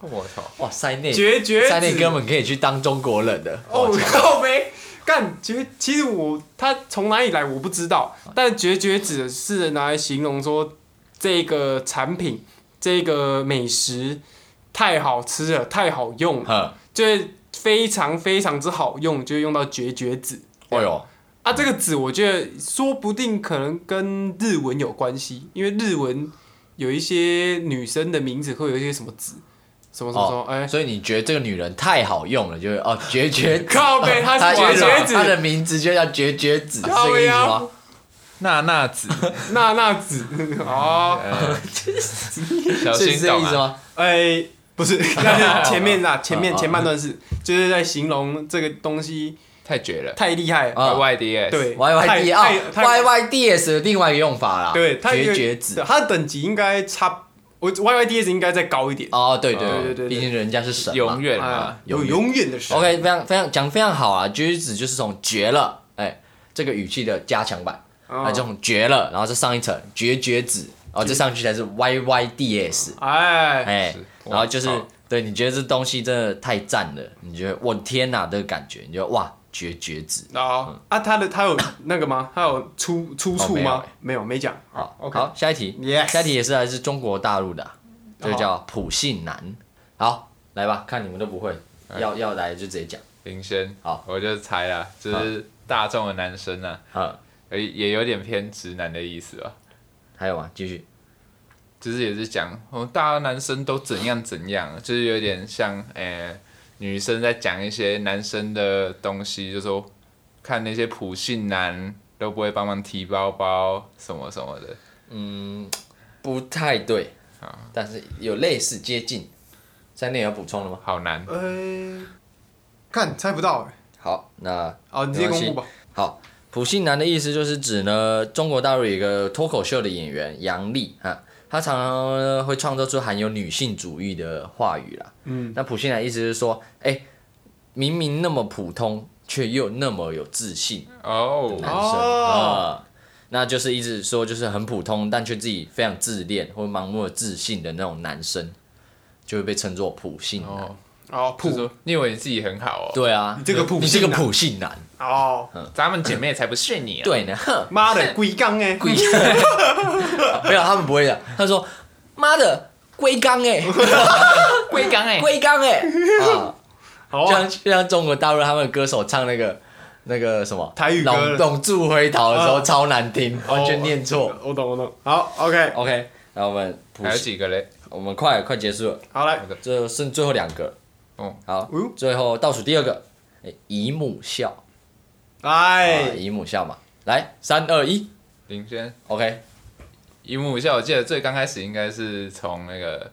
Speaker 3: 我操。
Speaker 2: 哇塞内
Speaker 1: 绝 [LAUGHS] 绝子
Speaker 2: 塞内哥们可以去当中国人的
Speaker 1: 哦
Speaker 2: 哇，
Speaker 1: 靠没干，其实其实我他从哪里来我不知道，但绝绝子是拿来形容说这个产品、这个美食太好吃了，太好用了，
Speaker 2: 哼，
Speaker 1: 就是非常非常之好用，就用到绝绝子。
Speaker 2: 哎呦，
Speaker 1: 啊，这个子我觉得说不定可能跟日文有关系，因为日文有一些女生的名字会有一些什么子，什么什么什么，哎、
Speaker 2: 哦所以你觉得这个女人太好用了，就会哦绝绝子，
Speaker 1: 靠背她
Speaker 2: 她
Speaker 1: 是
Speaker 2: 绝
Speaker 1: 绝
Speaker 2: 绝
Speaker 1: 绝
Speaker 2: 子，她
Speaker 1: 子，
Speaker 2: 的名字就叫绝绝子，是这
Speaker 1: 靠啊
Speaker 2: 个意思
Speaker 1: 呀
Speaker 2: 吗？
Speaker 3: 娜
Speaker 2: [LAUGHS]
Speaker 3: 娜子，
Speaker 1: 娜娜子 [LAUGHS] 哦，
Speaker 3: 呃小
Speaker 2: 是
Speaker 3: 心
Speaker 2: 这个
Speaker 3: 懂
Speaker 2: 意思
Speaker 3: 啊！
Speaker 2: 吗？
Speaker 1: 哎、不是，但是前面啊，前面
Speaker 2: 啊
Speaker 1: 前半段是就是在形容这个东西
Speaker 3: 太绝了
Speaker 1: 太厉害了，
Speaker 2: 啊
Speaker 3: y d s
Speaker 1: 对
Speaker 2: Y Y D 啊
Speaker 1: 呃太太
Speaker 2: ，Y Y D S 的另外一个用法啦，
Speaker 1: 对，它
Speaker 2: 绝
Speaker 1: 有
Speaker 2: 绝子
Speaker 1: 对，它的等级应该差，我 Y Y D S 应该再高一点，
Speaker 2: 哦，对
Speaker 1: 对
Speaker 2: 对
Speaker 1: 对对
Speaker 2: 毕竟人家是神嘛
Speaker 3: 永。远啊
Speaker 1: 啊，，有永远的神
Speaker 2: OK，非常非常讲得非常好啊，绝绝子就是这种绝了，哎，这个语气的加强版。
Speaker 1: 哦
Speaker 2: 啊，这种绝了，然后再上一层绝绝子，然后再上去才是 Y Y D S，
Speaker 1: 哎，
Speaker 2: 哎
Speaker 3: 是，哇
Speaker 2: 然后就是
Speaker 3: 好
Speaker 2: 对，你觉得这东西真的太赞了，你觉得我天哪这个感觉，你觉得哇绝绝子，
Speaker 1: 然后啊，它的它有那个吗？它有出出处吗？没有，没讲。
Speaker 2: 好
Speaker 1: ，OK，
Speaker 2: 好，下一题
Speaker 1: Yes
Speaker 2: 下一题也是来自中国大陆的啊，这个叫普信男，好，来吧，看你们都不会，要要来就直接讲，
Speaker 3: 林轩，
Speaker 2: 好
Speaker 3: 我就猜啦，就是大众的男生啊，
Speaker 2: 嗯，
Speaker 3: 也也有点偏直男的意思吧，
Speaker 2: 还有吗？继续，
Speaker 3: 就是也是讲哦，大家男生都怎样怎样，啊就是有点像诶、女生在讲一些男生的东西，就说看那些普信男都不会帮忙提包包什么什么的。
Speaker 2: 不太对，但是有类似接近。三点有补充了吗？
Speaker 3: 好难，
Speaker 1: 呃，看猜不到哎、
Speaker 2: 好，那
Speaker 1: 好，你直接公布吧。
Speaker 2: 好，普信男的意思就是指呢，中国大陆有一个脱口秀的演员杨笠啊，他常常呢会创作出含有女性主义的话语啦。嗯，那普信男意思是说，哎、明明那么普通，却又那么有自信，
Speaker 3: 哦、
Speaker 2: 男生
Speaker 1: 哦
Speaker 2: 啊、那就是一直说就是很普通，但却自己非常自恋或盲目的自信的那种男生，就会被称作普信男。
Speaker 3: 哦，
Speaker 1: 哦，
Speaker 3: 就是
Speaker 1: 普
Speaker 3: 说你以为你自己很好哦？
Speaker 2: 对啊，
Speaker 1: 你这个普信男
Speaker 2: 你是个普信男，
Speaker 1: 哦，
Speaker 3: 咱们姐妹才不是你、啊。，
Speaker 2: 对呢，哼，
Speaker 1: 妈的，龟缸哎，
Speaker 2: 龟， [LAUGHS] 没有他们不会的，他说妈的龟缸哎，
Speaker 3: 龟缸哎，
Speaker 2: 龟缸哎，啊，
Speaker 1: 好
Speaker 2: 就
Speaker 1: 啊
Speaker 2: 像，就像中国大陆他们歌手唱那个。那个什么
Speaker 1: 台语歌
Speaker 2: 龙龙柱回头的时候超难听，完全念错。
Speaker 1: 我懂我懂。好，OK，
Speaker 2: OK，那我们普
Speaker 3: 还有
Speaker 2: 信
Speaker 3: 几个嘞？
Speaker 2: 我们快快结束了，
Speaker 1: 好来，
Speaker 2: 这剩最后两个。
Speaker 3: 哦，
Speaker 2: 好
Speaker 1: 哎呦，
Speaker 2: 最后倒数第二个，哎姨母笑，啊，
Speaker 1: 来，
Speaker 2: 姨母笑嘛，来三二一
Speaker 3: 林轩，
Speaker 2: ，OK，
Speaker 3: 姨母笑，我记得最刚开始应该是从那个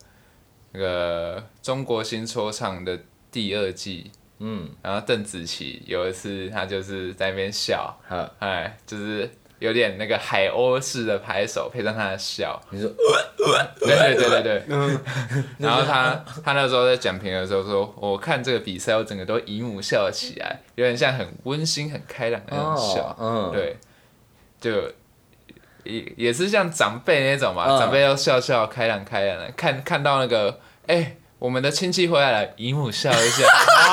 Speaker 3: 那个中国新说唱的第二季，
Speaker 2: 嗯，
Speaker 3: 然后邓紫棋有一次她就是在那边笑，
Speaker 2: 好，
Speaker 3: 哎，就是有点那个海鸥式的拍手，配上她的笑，
Speaker 2: 你说
Speaker 3: 对对对对对。
Speaker 1: 嗯，
Speaker 3: [LAUGHS] 然后她她那时候在讲评的时候说，我看这个比赛，我整个都姨母笑起来，有点像很温馨、很开朗的那种哎笑。
Speaker 2: 哦，嗯，，
Speaker 3: 对，就也也是像长辈那种嘛，
Speaker 2: 嗯
Speaker 3: 长辈要笑笑开朗开朗的，看看到那个哎、我们的亲戚回来了，姨母笑一下，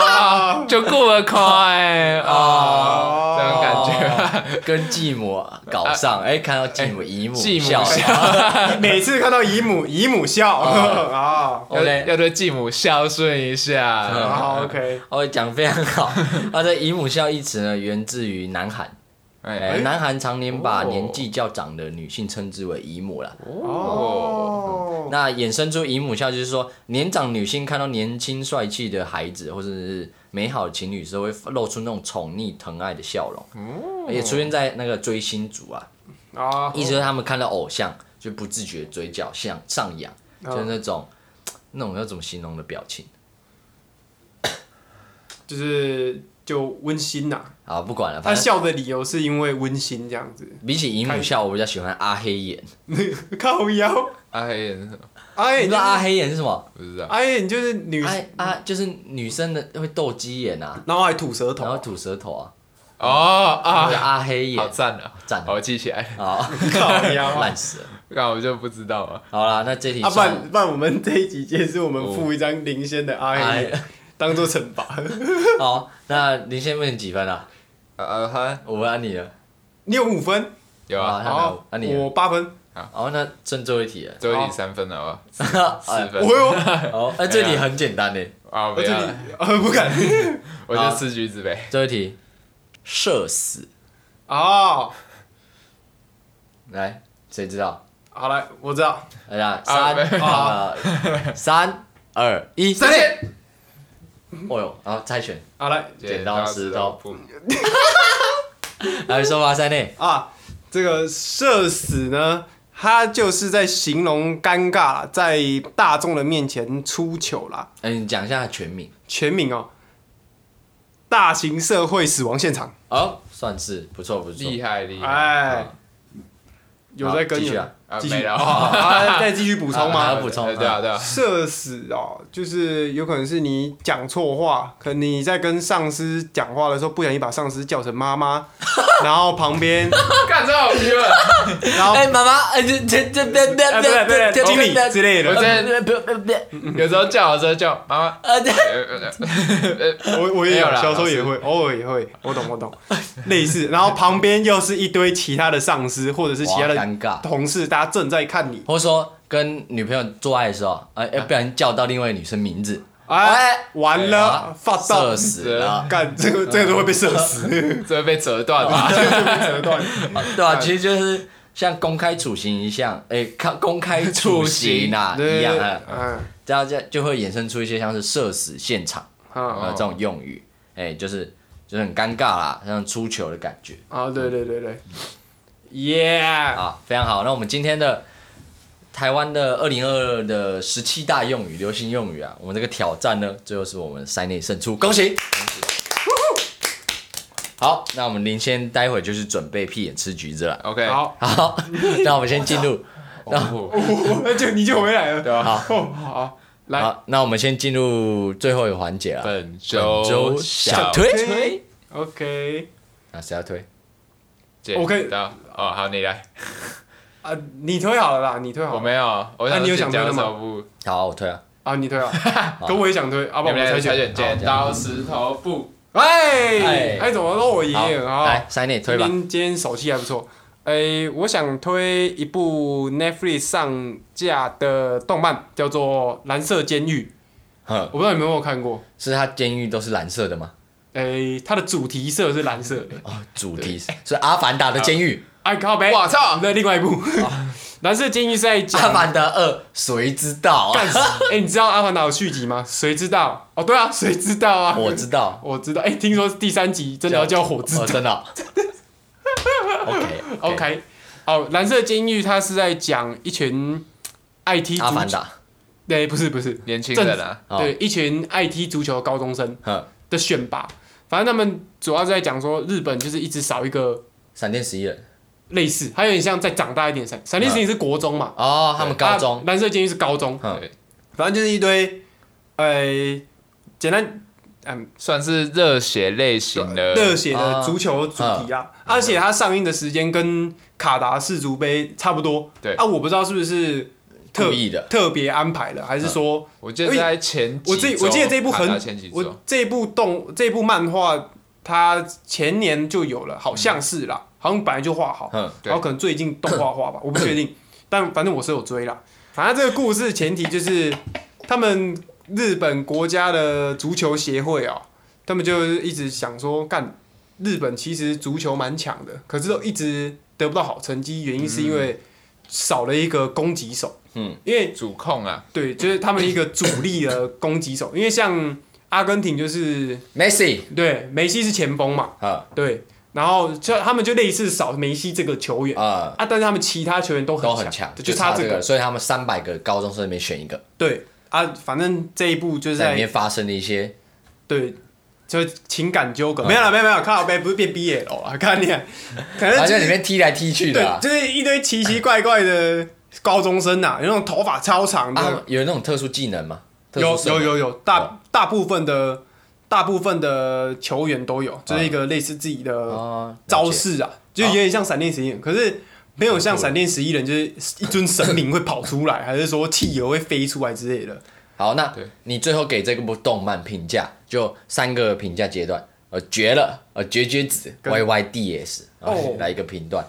Speaker 3: 啊就过了快哦，这种感觉。啊
Speaker 2: 觉哦跟继母搞上，哎，看到继母姨母
Speaker 3: 哎继母
Speaker 2: 笑
Speaker 3: 笑
Speaker 1: 每次看到姨母，姨母笑
Speaker 2: 哦
Speaker 1: [LAUGHS] 啊
Speaker 3: 要
Speaker 2: ，OK，
Speaker 3: 要对继母孝顺一下，
Speaker 1: 好，OK，啊
Speaker 2: 哦，讲非常好。 [LAUGHS] 那这姨母笑一词呢，源自于南韩，哎，
Speaker 3: 哎
Speaker 2: 南韩常年把
Speaker 3: 哦
Speaker 2: 年纪较长的女性称之为姨母啦。
Speaker 1: 哦，
Speaker 2: 那衍生出姨母笑，就是说年长女性看到年轻帅气的孩子或者是美好的情侣时，候，会露出那种宠溺疼爱的笑容，
Speaker 3: 哦
Speaker 2: 也出现在那个追星族啊，
Speaker 1: 啊，
Speaker 2: 意思就是他们看到偶像就不自觉嘴角向上扬，
Speaker 1: 哦
Speaker 2: 就是那种那种要怎么形容的表情
Speaker 1: 就是就温馨呐。
Speaker 2: 啊，不管了，
Speaker 1: 他
Speaker 2: 反正
Speaker 1: 笑的理由是因为温馨这样子， [LAUGHS]
Speaker 2: 比起姨母笑，我比较喜欢阿黑眼。
Speaker 1: 靠腰，
Speaker 3: 阿啊黑人是什么
Speaker 1: 哎
Speaker 2: 你，知道阿黑眼是什么？
Speaker 3: 不知道，
Speaker 1: 哎，你就是女，
Speaker 2: 哎啊，就是女生的会斗鸡眼啊，
Speaker 1: 然后还吐舌
Speaker 2: 然后
Speaker 1: 头，
Speaker 2: 吐舌头啊，
Speaker 3: 哦
Speaker 2: 就是
Speaker 3: 啊，
Speaker 2: 阿黑
Speaker 3: 好
Speaker 2: 眼
Speaker 3: 赞啊，
Speaker 2: 赞
Speaker 3: 好我记起来了， [LAUGHS]
Speaker 2: 啊，
Speaker 1: [LAUGHS] 靠腰，
Speaker 2: 烂死了。
Speaker 3: 那我就不知道了。
Speaker 2: 好啦，那这题
Speaker 1: 啊，不
Speaker 2: 算
Speaker 1: 然不然我们这一集结束，我
Speaker 2: 哦
Speaker 1: 们附一张林先的阿
Speaker 2: 哎
Speaker 1: 黑当做惩罚。 [LAUGHS]
Speaker 2: 好，那林先问你几分啊？
Speaker 3: 呃呃，哈，
Speaker 2: 我问安你了。
Speaker 1: 你有五分，
Speaker 3: 有
Speaker 2: 啊
Speaker 3: 啊，
Speaker 2: 那
Speaker 1: 好，
Speaker 2: 那你呢
Speaker 1: 我八分，
Speaker 2: 哦，那剩最后一题了。
Speaker 3: 最后一题三分了啊，四
Speaker 2: [LAUGHS] 哎
Speaker 3: 分
Speaker 1: 我有，
Speaker 2: 哦，那
Speaker 1: 哎
Speaker 2: 这题很简单欸呢。
Speaker 3: 啊，不
Speaker 1: 我这啊
Speaker 3: 要
Speaker 1: 里 [LAUGHS]
Speaker 3: 了，
Speaker 1: 呃不敢。
Speaker 3: 我就吃橘子呗。
Speaker 2: 最后一题，社死。
Speaker 1: 哦，
Speaker 2: 来，谁知道？
Speaker 1: 好来，我知道，
Speaker 2: 大家
Speaker 3: 啊
Speaker 2: 三
Speaker 3: 没
Speaker 2: 二 [LAUGHS] 三二一，
Speaker 1: 三点。
Speaker 2: 哦呦，然后猜拳，
Speaker 1: 好来
Speaker 2: 剪刀石头
Speaker 3: 布。
Speaker 2: 来说吧，三内。
Speaker 1: 啊，这个社死呢，它就是在形容尴尬，在大众的面前出糗啦。
Speaker 2: 嗯，你讲一下全名。
Speaker 1: 全名哦，大型社会死亡现场。
Speaker 2: 哦，算是不错不错。
Speaker 3: 厉害厉害！
Speaker 1: 哎
Speaker 3: 嗯好，
Speaker 1: 有在
Speaker 2: 好
Speaker 1: 跟
Speaker 2: 继续
Speaker 1: 有
Speaker 2: 啊
Speaker 3: 啊
Speaker 1: 继
Speaker 3: 没
Speaker 1: 续
Speaker 3: 了
Speaker 1: [LAUGHS] 啊，再继续补充
Speaker 2: 啊还
Speaker 1: 吗
Speaker 2: 要？补充
Speaker 3: [LAUGHS] 对对
Speaker 1: [LAUGHS]
Speaker 3: 啊对啊，
Speaker 1: 社死哦，就是有可能是你讲错话，可能你在跟上司讲话的时候，不小心把上司叫成妈妈，然后旁边，
Speaker 3: 干这好听了。
Speaker 1: 然后
Speaker 2: 哎，妈妈，哎，这这这这
Speaker 1: 哎 [LAUGHS] 不对不对经理之类
Speaker 3: 我
Speaker 1: 的，
Speaker 3: 真
Speaker 2: 不不不，
Speaker 3: [LAUGHS] 有时候叫，有时候叫妈妈。
Speaker 1: 啊
Speaker 2: 呃，这
Speaker 3: 呃呃呃呃
Speaker 1: 我我也有
Speaker 3: 没有，啦
Speaker 1: 小时候也会，偶尔也会，我懂我懂， [LAUGHS] 类似，然后旁边又是一堆其他的上司或者是其他
Speaker 2: 哇
Speaker 1: 的
Speaker 2: 尴尬
Speaker 1: 同事，大家正在看你，
Speaker 2: 或者说跟女朋友做爱的时候，哎、要不然叫到另外一个女生名字，
Speaker 1: 哎
Speaker 2: 哎，
Speaker 1: 完了，发到啊
Speaker 2: 射，死了，
Speaker 1: 干这个这个都会被射死，
Speaker 3: [LAUGHS] 这会被折
Speaker 1: [LAUGHS]
Speaker 3: 断吧？
Speaker 1: 折断，
Speaker 2: 对啊？其实就是像公开处刑一样，哎、看公开处刑啊
Speaker 1: 对
Speaker 2: 一样啊，
Speaker 1: 嗯
Speaker 2: 这样这样就会衍生出一些像是社死现场
Speaker 1: 嗯
Speaker 2: 啊、这种用语，哎、就是就是很尴尬啦，像出糗的感觉
Speaker 1: 啊，对对对对，Yeah，
Speaker 2: 啊，非常好。那我们今天的台湾的二零二二的十七大用语、流行用语啊，我们这个挑战呢，最后是我们塞内胜出，恭喜！好，那我们林先待会就是准备闭眼吃橘子了。
Speaker 3: OK，，
Speaker 1: 好，
Speaker 2: 好， [LAUGHS] 那我们先进入，
Speaker 3: 哦
Speaker 1: 那就你就回来了，
Speaker 3: 对啊
Speaker 2: 好，
Speaker 1: 哦，好，来
Speaker 2: 好，那我们先进入最后一个环节了。
Speaker 3: 本周
Speaker 2: 小
Speaker 3: 推
Speaker 2: 推
Speaker 1: 推，OK，
Speaker 2: 啊，谁要推？
Speaker 1: OK
Speaker 3: 到哦，好，你来，
Speaker 1: 啊，你推好了啦，你推好了，
Speaker 3: 我没有，我
Speaker 1: 那你有想推
Speaker 3: 讲
Speaker 1: 的吗
Speaker 3: 布，
Speaker 2: 好，我推啊。
Speaker 1: 啊，你推好了，可我也想推，啊，
Speaker 3: 好
Speaker 1: 不，我
Speaker 3: 吧，我们
Speaker 1: 们
Speaker 3: 来
Speaker 1: 猜
Speaker 3: 猜
Speaker 1: 拳，
Speaker 3: 拳，剪刀石头布，
Speaker 1: 哎
Speaker 2: 哎，
Speaker 1: 哎，怎么都我爷
Speaker 2: 好
Speaker 1: 爷啊？
Speaker 2: 来塞内推吧。
Speaker 1: 今天今天手气还不错。诶、我想推一部 Netflix 上架的动漫，叫做《蓝色监狱》，
Speaker 2: 哼
Speaker 1: 我，不知道你们有没有看过。
Speaker 2: 是它监狱都是蓝色的吗？
Speaker 1: 诶、它的主题色是蓝色
Speaker 2: [LAUGHS]
Speaker 1: 的。
Speaker 2: 哦，主题是是《阿凡达》的监狱，
Speaker 1: 哎、靠北！
Speaker 3: 我操，
Speaker 1: 那另外一部《 [LAUGHS] 蓝色监狱》是在
Speaker 2: 《啊阿
Speaker 1: 讲。
Speaker 2: 凡达二》，谁知道
Speaker 1: 干
Speaker 2: 啊？
Speaker 1: 死！ [LAUGHS] 哎、你知道《阿凡达》有续集吗？谁知道？哦，对啊，谁知道啊？
Speaker 2: 我知道，
Speaker 1: [LAUGHS] 我知道。哎、听说第三集真的要叫火之
Speaker 2: 哦真的 [LAUGHS] 哦。OK
Speaker 1: OK，哦，蓝色监狱它是在讲一群 IT
Speaker 2: 阿
Speaker 1: 族
Speaker 2: 凡达，
Speaker 1: 对、不是不是
Speaker 3: 年轻人啊，
Speaker 2: 哦
Speaker 1: 对，一群 IT 足球高中生
Speaker 2: 哼，
Speaker 1: 的选拔，反正他们主要是在讲说日本就是一直少一个
Speaker 2: 闪电十一人
Speaker 1: 类似，还有点像再长大一点闪闪电十一是国中嘛，
Speaker 2: 哦，他们高
Speaker 1: 啊
Speaker 2: 中，
Speaker 1: 蓝色监狱是高中，
Speaker 2: 哼
Speaker 3: 对，
Speaker 1: 反正就是嗯一堆，呃，简单嗯
Speaker 3: 算是热血类型的，
Speaker 1: 热血的
Speaker 2: 啊
Speaker 1: 足球主题啊，而且它上映的时间跟卡达世足杯差不多，
Speaker 3: 对
Speaker 1: 啊，我不知道是不是特
Speaker 2: 故意的
Speaker 1: 特别安排的，还是说。
Speaker 3: 我记得在前几周，
Speaker 1: 我记我记得这部
Speaker 3: 卡达
Speaker 1: 很
Speaker 3: 前几，周
Speaker 1: 我，这部动这部漫画，它前年就有了，好像是啦，好像本来就画好，
Speaker 2: 嗯
Speaker 3: 嗯对
Speaker 1: 然后可能最近动画
Speaker 3: [COUGHS]
Speaker 1: 化吧，我不确定，但反正我是有追啦。反正这个故事前提就是他们日本国家的足球协会哦、他们就一直想说，干日本其实足球蛮强的，可是都一直得不到好成绩，原因是因
Speaker 3: 嗯
Speaker 1: 为少了一个攻击手，
Speaker 2: 嗯，
Speaker 1: 因为
Speaker 3: 主控啊，
Speaker 1: 对，就是他们一个主力的攻击手，因为像阿根廷就是
Speaker 2: ，Messi，
Speaker 1: 对梅西是前锋嘛，
Speaker 2: 啊
Speaker 1: 对，然后就他们就类似少梅西这个球员
Speaker 2: 啊，
Speaker 1: 啊，但是他们其他球员都很
Speaker 2: 都很强，
Speaker 1: 就
Speaker 2: 就
Speaker 1: 差
Speaker 2: 差
Speaker 1: 这
Speaker 2: 这
Speaker 1: 个
Speaker 2: 个，所以他们三百个高中生里面选一个，
Speaker 1: 对啊，反正这一步就是
Speaker 2: 在里
Speaker 1: 在
Speaker 2: 面发生的一些
Speaker 1: 对。就情感纠
Speaker 2: 啊
Speaker 1: 葛，没有了，没有没有，靠背不是变 BL 了，看你，啊
Speaker 2: [LAUGHS]
Speaker 1: 可能
Speaker 2: 然后
Speaker 1: 就
Speaker 2: 在
Speaker 1: 是
Speaker 2: 里面踢来踢去的
Speaker 1: 对，
Speaker 2: 啊，
Speaker 1: 就是一堆奇奇怪怪的高中生呐、有那种头发超长的，
Speaker 2: 啊，他们有那种特殊技能吗？特
Speaker 1: 有
Speaker 2: 殊射
Speaker 1: 有
Speaker 2: 门
Speaker 1: 有有，大
Speaker 2: 哦
Speaker 1: 大部分的大部分的球员都有，就是一个类似自己的
Speaker 2: 哦，
Speaker 1: 招
Speaker 2: 了解哦
Speaker 1: 式啊，就有点像闪电十一人，可是没有像闪电十一人，就是一尊神明会跑出
Speaker 2: [LAUGHS]
Speaker 1: 来，还是说汽油会飞出来之类的。
Speaker 2: 好，那
Speaker 3: 对
Speaker 2: 你最后给这部动漫评价，就三个评价阶段，呃，绝了，呃，绝绝子
Speaker 1: 跟
Speaker 2: ，Y Y D S，呃
Speaker 1: 哦
Speaker 2: 来一个评断，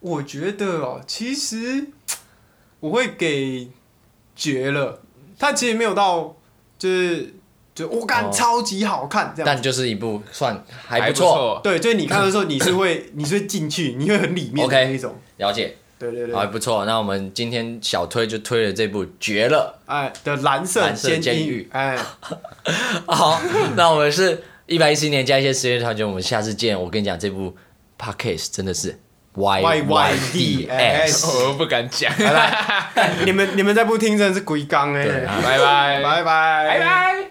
Speaker 1: 我觉得哦，其实我会给绝了，他其实没有到就是就我感
Speaker 2: 哦
Speaker 1: 超级好看这样
Speaker 2: 但
Speaker 1: 子。
Speaker 2: 就是一部算还
Speaker 3: 还
Speaker 2: 不错，，
Speaker 1: 对，就是你看的时候，你是会，你是会进去，你会很里面的
Speaker 2: OK
Speaker 1: 那种。
Speaker 2: 了解，
Speaker 1: 对对对
Speaker 2: 好，还，不错。那我们今天小推就推了这部绝了， [LAUGHS]
Speaker 1: 哎的蓝色
Speaker 2: 蓝色
Speaker 1: 监狱
Speaker 2: 监狱，
Speaker 1: 哎，
Speaker 2: 好，那我们是一百一十年加一些实验团结，我们下次见。我跟你讲，这部 Podcast 真的是 Y Y D S，
Speaker 3: 我不敢讲，
Speaker 1: 你们你们再不听真的是鬼刚哎，
Speaker 2: 对
Speaker 3: 拜
Speaker 1: 拜
Speaker 3: 拜，
Speaker 1: 拜
Speaker 3: 拜拜。